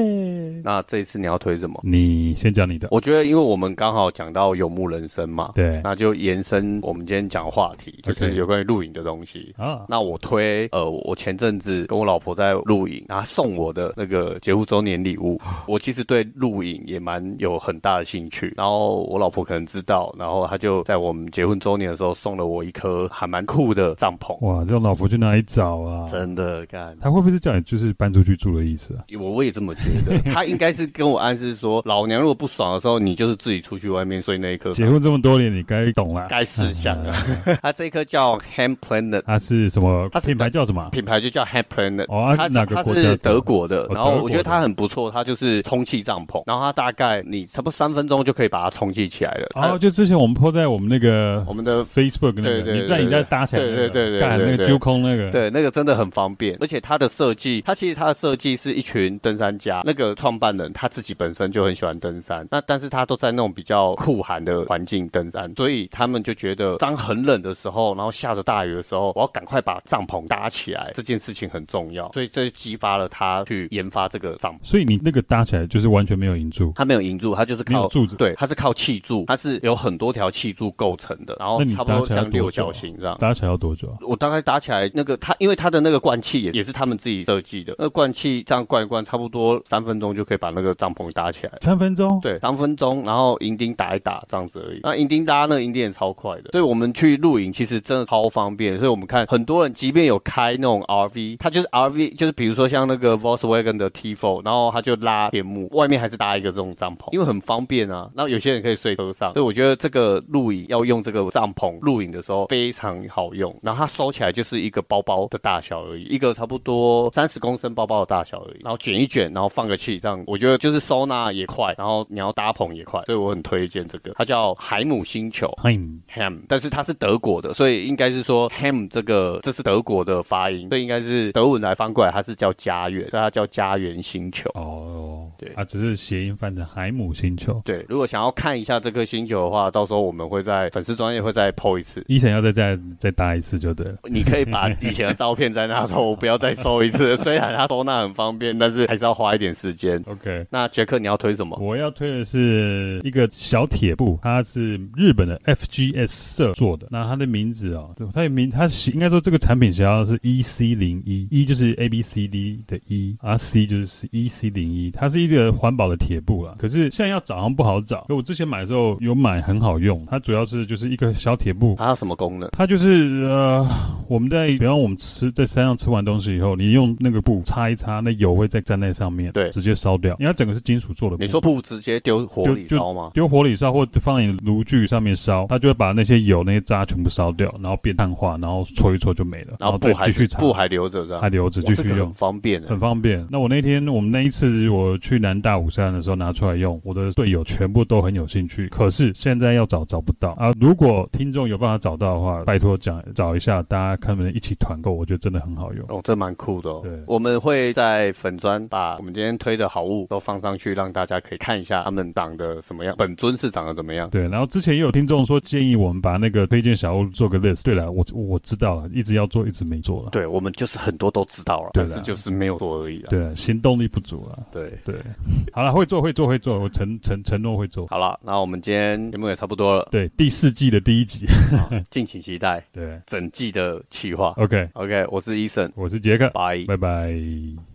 S1: 那这一次你要推什么？
S2: 你先讲你的。
S1: 我觉得，因为我们刚好讲到游牧人生嘛，
S2: 对
S1: 那就延伸我们今天讲的话题，就
S2: OK
S1: 是有关于露营的东西。
S2: 啊，
S1: 那我推，呃，我前阵子跟我老婆在露营，然后她送我的那个结婚周年礼
S2: *gasps*
S1: 物。我其实对露营也蛮有很大的兴趣，然后我老婆可能知道，然后她就在我们结婚周年的时候送了我一颗还蛮酷的帐篷，
S2: 哇，这种老婆去哪里找啊？
S1: 真的干。
S2: 他会不会是叫你就是搬出去住的意思啊？
S1: 我我也这么觉得，她应该是跟我暗示说，老娘如果不爽的时候，你就是自己出去外面，所以那一颗
S2: 结婚这啊么多年，你该懂了。
S1: 该识相 *laughs* 了。它这一颗叫 Hand Planet，
S2: 他是什么
S1: 他是
S2: 品牌叫什么啊？
S1: 品牌就叫 Hand Planet。
S2: 哦，啊
S1: 它
S2: 哪个
S1: 它
S2: 国家
S1: 是
S2: 的？
S1: 德国的
S2: 哦，
S1: 然
S2: 德
S1: 后
S2: 国
S1: 我觉得
S2: 的
S1: 它很不错，它就是充气帐篷，然后它大概你差不多三分钟就可以把它充气起来了。
S2: 哦，
S1: 它
S2: 就之前我们 po 在我们那个
S1: 我们的
S2: Facebook 那
S1: 对对
S2: 个，
S1: 对
S2: 你在你家
S1: 对对
S2: 搭起来那个，
S1: 对对对对
S2: 干
S1: 对
S2: 那个
S1: 对
S2: 揪空那个，
S1: 对那个真的很方便，而且它的设计，它其实它的设计是一群登山家，那个创办人他自己本身就很喜欢登山，那但是他都在那种比较酷寒的环境登山，所以他们就觉得当很冷的时候，然后下着大雨的时候，我要赶快把帐篷搭起来，这件事情很重要，所以这就激发了他去研发这个帐篷。
S2: 所以你那个搭起来就是完全没有银柱，
S1: 它没有银柱，它就是
S2: 没有
S1: 靠
S2: 柱子
S1: 对，它是靠气柱，它是有很多条气柱构成的，然后
S2: 那你
S1: 差不多
S2: 搭起来
S1: 像六
S2: 多久啊
S1: 角形这样。
S2: 搭起来要多久啊？
S1: 我大概打起来那个它，因为它的那个灌气也也是他们自己设计的，那灌气这样灌一灌，差不多三分钟就可以把那个帐篷搭起来。
S2: 三分钟？
S1: 对，三分钟，然后银钉打一打这样子而已。那银钉搭那个银钉也超快的，所以我们去露营其实真的超方便。所以我们看很多人，即便有开那种 RV，它就是 RV，就是比如说像那个 Volkswagen 的 T4，然后它就拉天幕，外面还是搭一个这种帐篷，因为很方便啊。那有些人可以睡车上，所以我觉得这个露营要用这个帐篷露营的时候非常好用。然后它收起来就是一个包包的大小而已，一个差不多三十公升包包的大小而已。然后卷一卷，然后放个气，这样我觉得就是收纳也快，然后你要搭棚也快，所以我很推荐这个。它叫海姆星球。
S2: 嗯，
S1: Ham，但是它是德国的，所以应该是说 Ham 这个这是德国的发音，所以应该是德文来翻过来，它是叫家园，所以它叫家园星球。
S2: 哦，
S1: 对
S2: 啊，只是谐音翻成海姆星球。
S1: 对，如果想要看一下这颗星球的话，到时候我们会在粉丝专业会再 PO 一次。
S2: 医生要再再再搭一次就对了。
S1: 你可以把以前的照片在那收，不要再收一次。 *laughs* 虽然它收纳很方便，但是还是要花一点时间。
S2: OK，
S1: 那杰克，你要推什么？
S2: 我要推的是一个小铁布，它是日本的 FGS 社做的。那它的名字哦，它的名，它是应该说这个产品型号是 EC 零一，，E 一就是 A B C D 的一，而 C 就是 EC 零一，它是一个环保的铁布啦。可是现在要找好像不好找，可我之前买的时候有买，很好用。它主要是就是一个小铁布，
S1: 它有什么功能？
S2: 它就是呃，我们在比方我们吃在山上吃完东西以后，你用那个布擦一擦，那油会再粘在上面，
S1: 对
S2: 直接烧掉。因为它整个是金属做的布，
S1: 你说不直接丢火里
S2: 就就哦
S1: 烧吗？
S2: 丢火里烧或放你炉具上面烧，它就会把那些油那些渣全部烧掉，然后变碳化，然后搓一搓就没了，
S1: 然后
S2: 再
S1: 布还
S2: 继续擦，
S1: 布还留着这样
S2: 还，留着
S1: 哇
S2: 继
S1: 这
S2: 续
S1: 个
S2: 用
S1: 很。方便欸的。
S2: 很方便。那我那天我们那一次我去南大武山的时候拿出来用，我的队友全部都很有兴趣。可是现在要找找不到啊！如果听众有办法找到的话，拜托讲找一下大家看能一起团购，我觉得真的很好用。
S1: 哦，这蛮酷的哦
S2: 对。
S1: 我们会在粉砖把我们今天推的好物都放上去，让大家可以看一下他们长得什么样，本尊是长得怎么样。
S2: 对，然后之前也有听众说建议我们把那个推荐小物做个 list。对了，我我知道了，一直要做，一直没做了。
S1: 对，我们就是很多都知道了，
S2: 对
S1: 但
S2: 啦
S1: 是就是没有做而已啦。啊
S2: 对，行动力不足啊。
S1: 对，
S2: 对，好了，会做会做会做，我承承承诺会做。
S1: 好了，那我们今天节目也差不多了，
S2: 对，第四季的第一集。
S1: 敬请期待
S2: 对
S1: 整季的企划。
S2: ，OK，
S1: OK，我是 Eason，
S2: 我是杰克，
S1: 拜。
S2: 拜拜。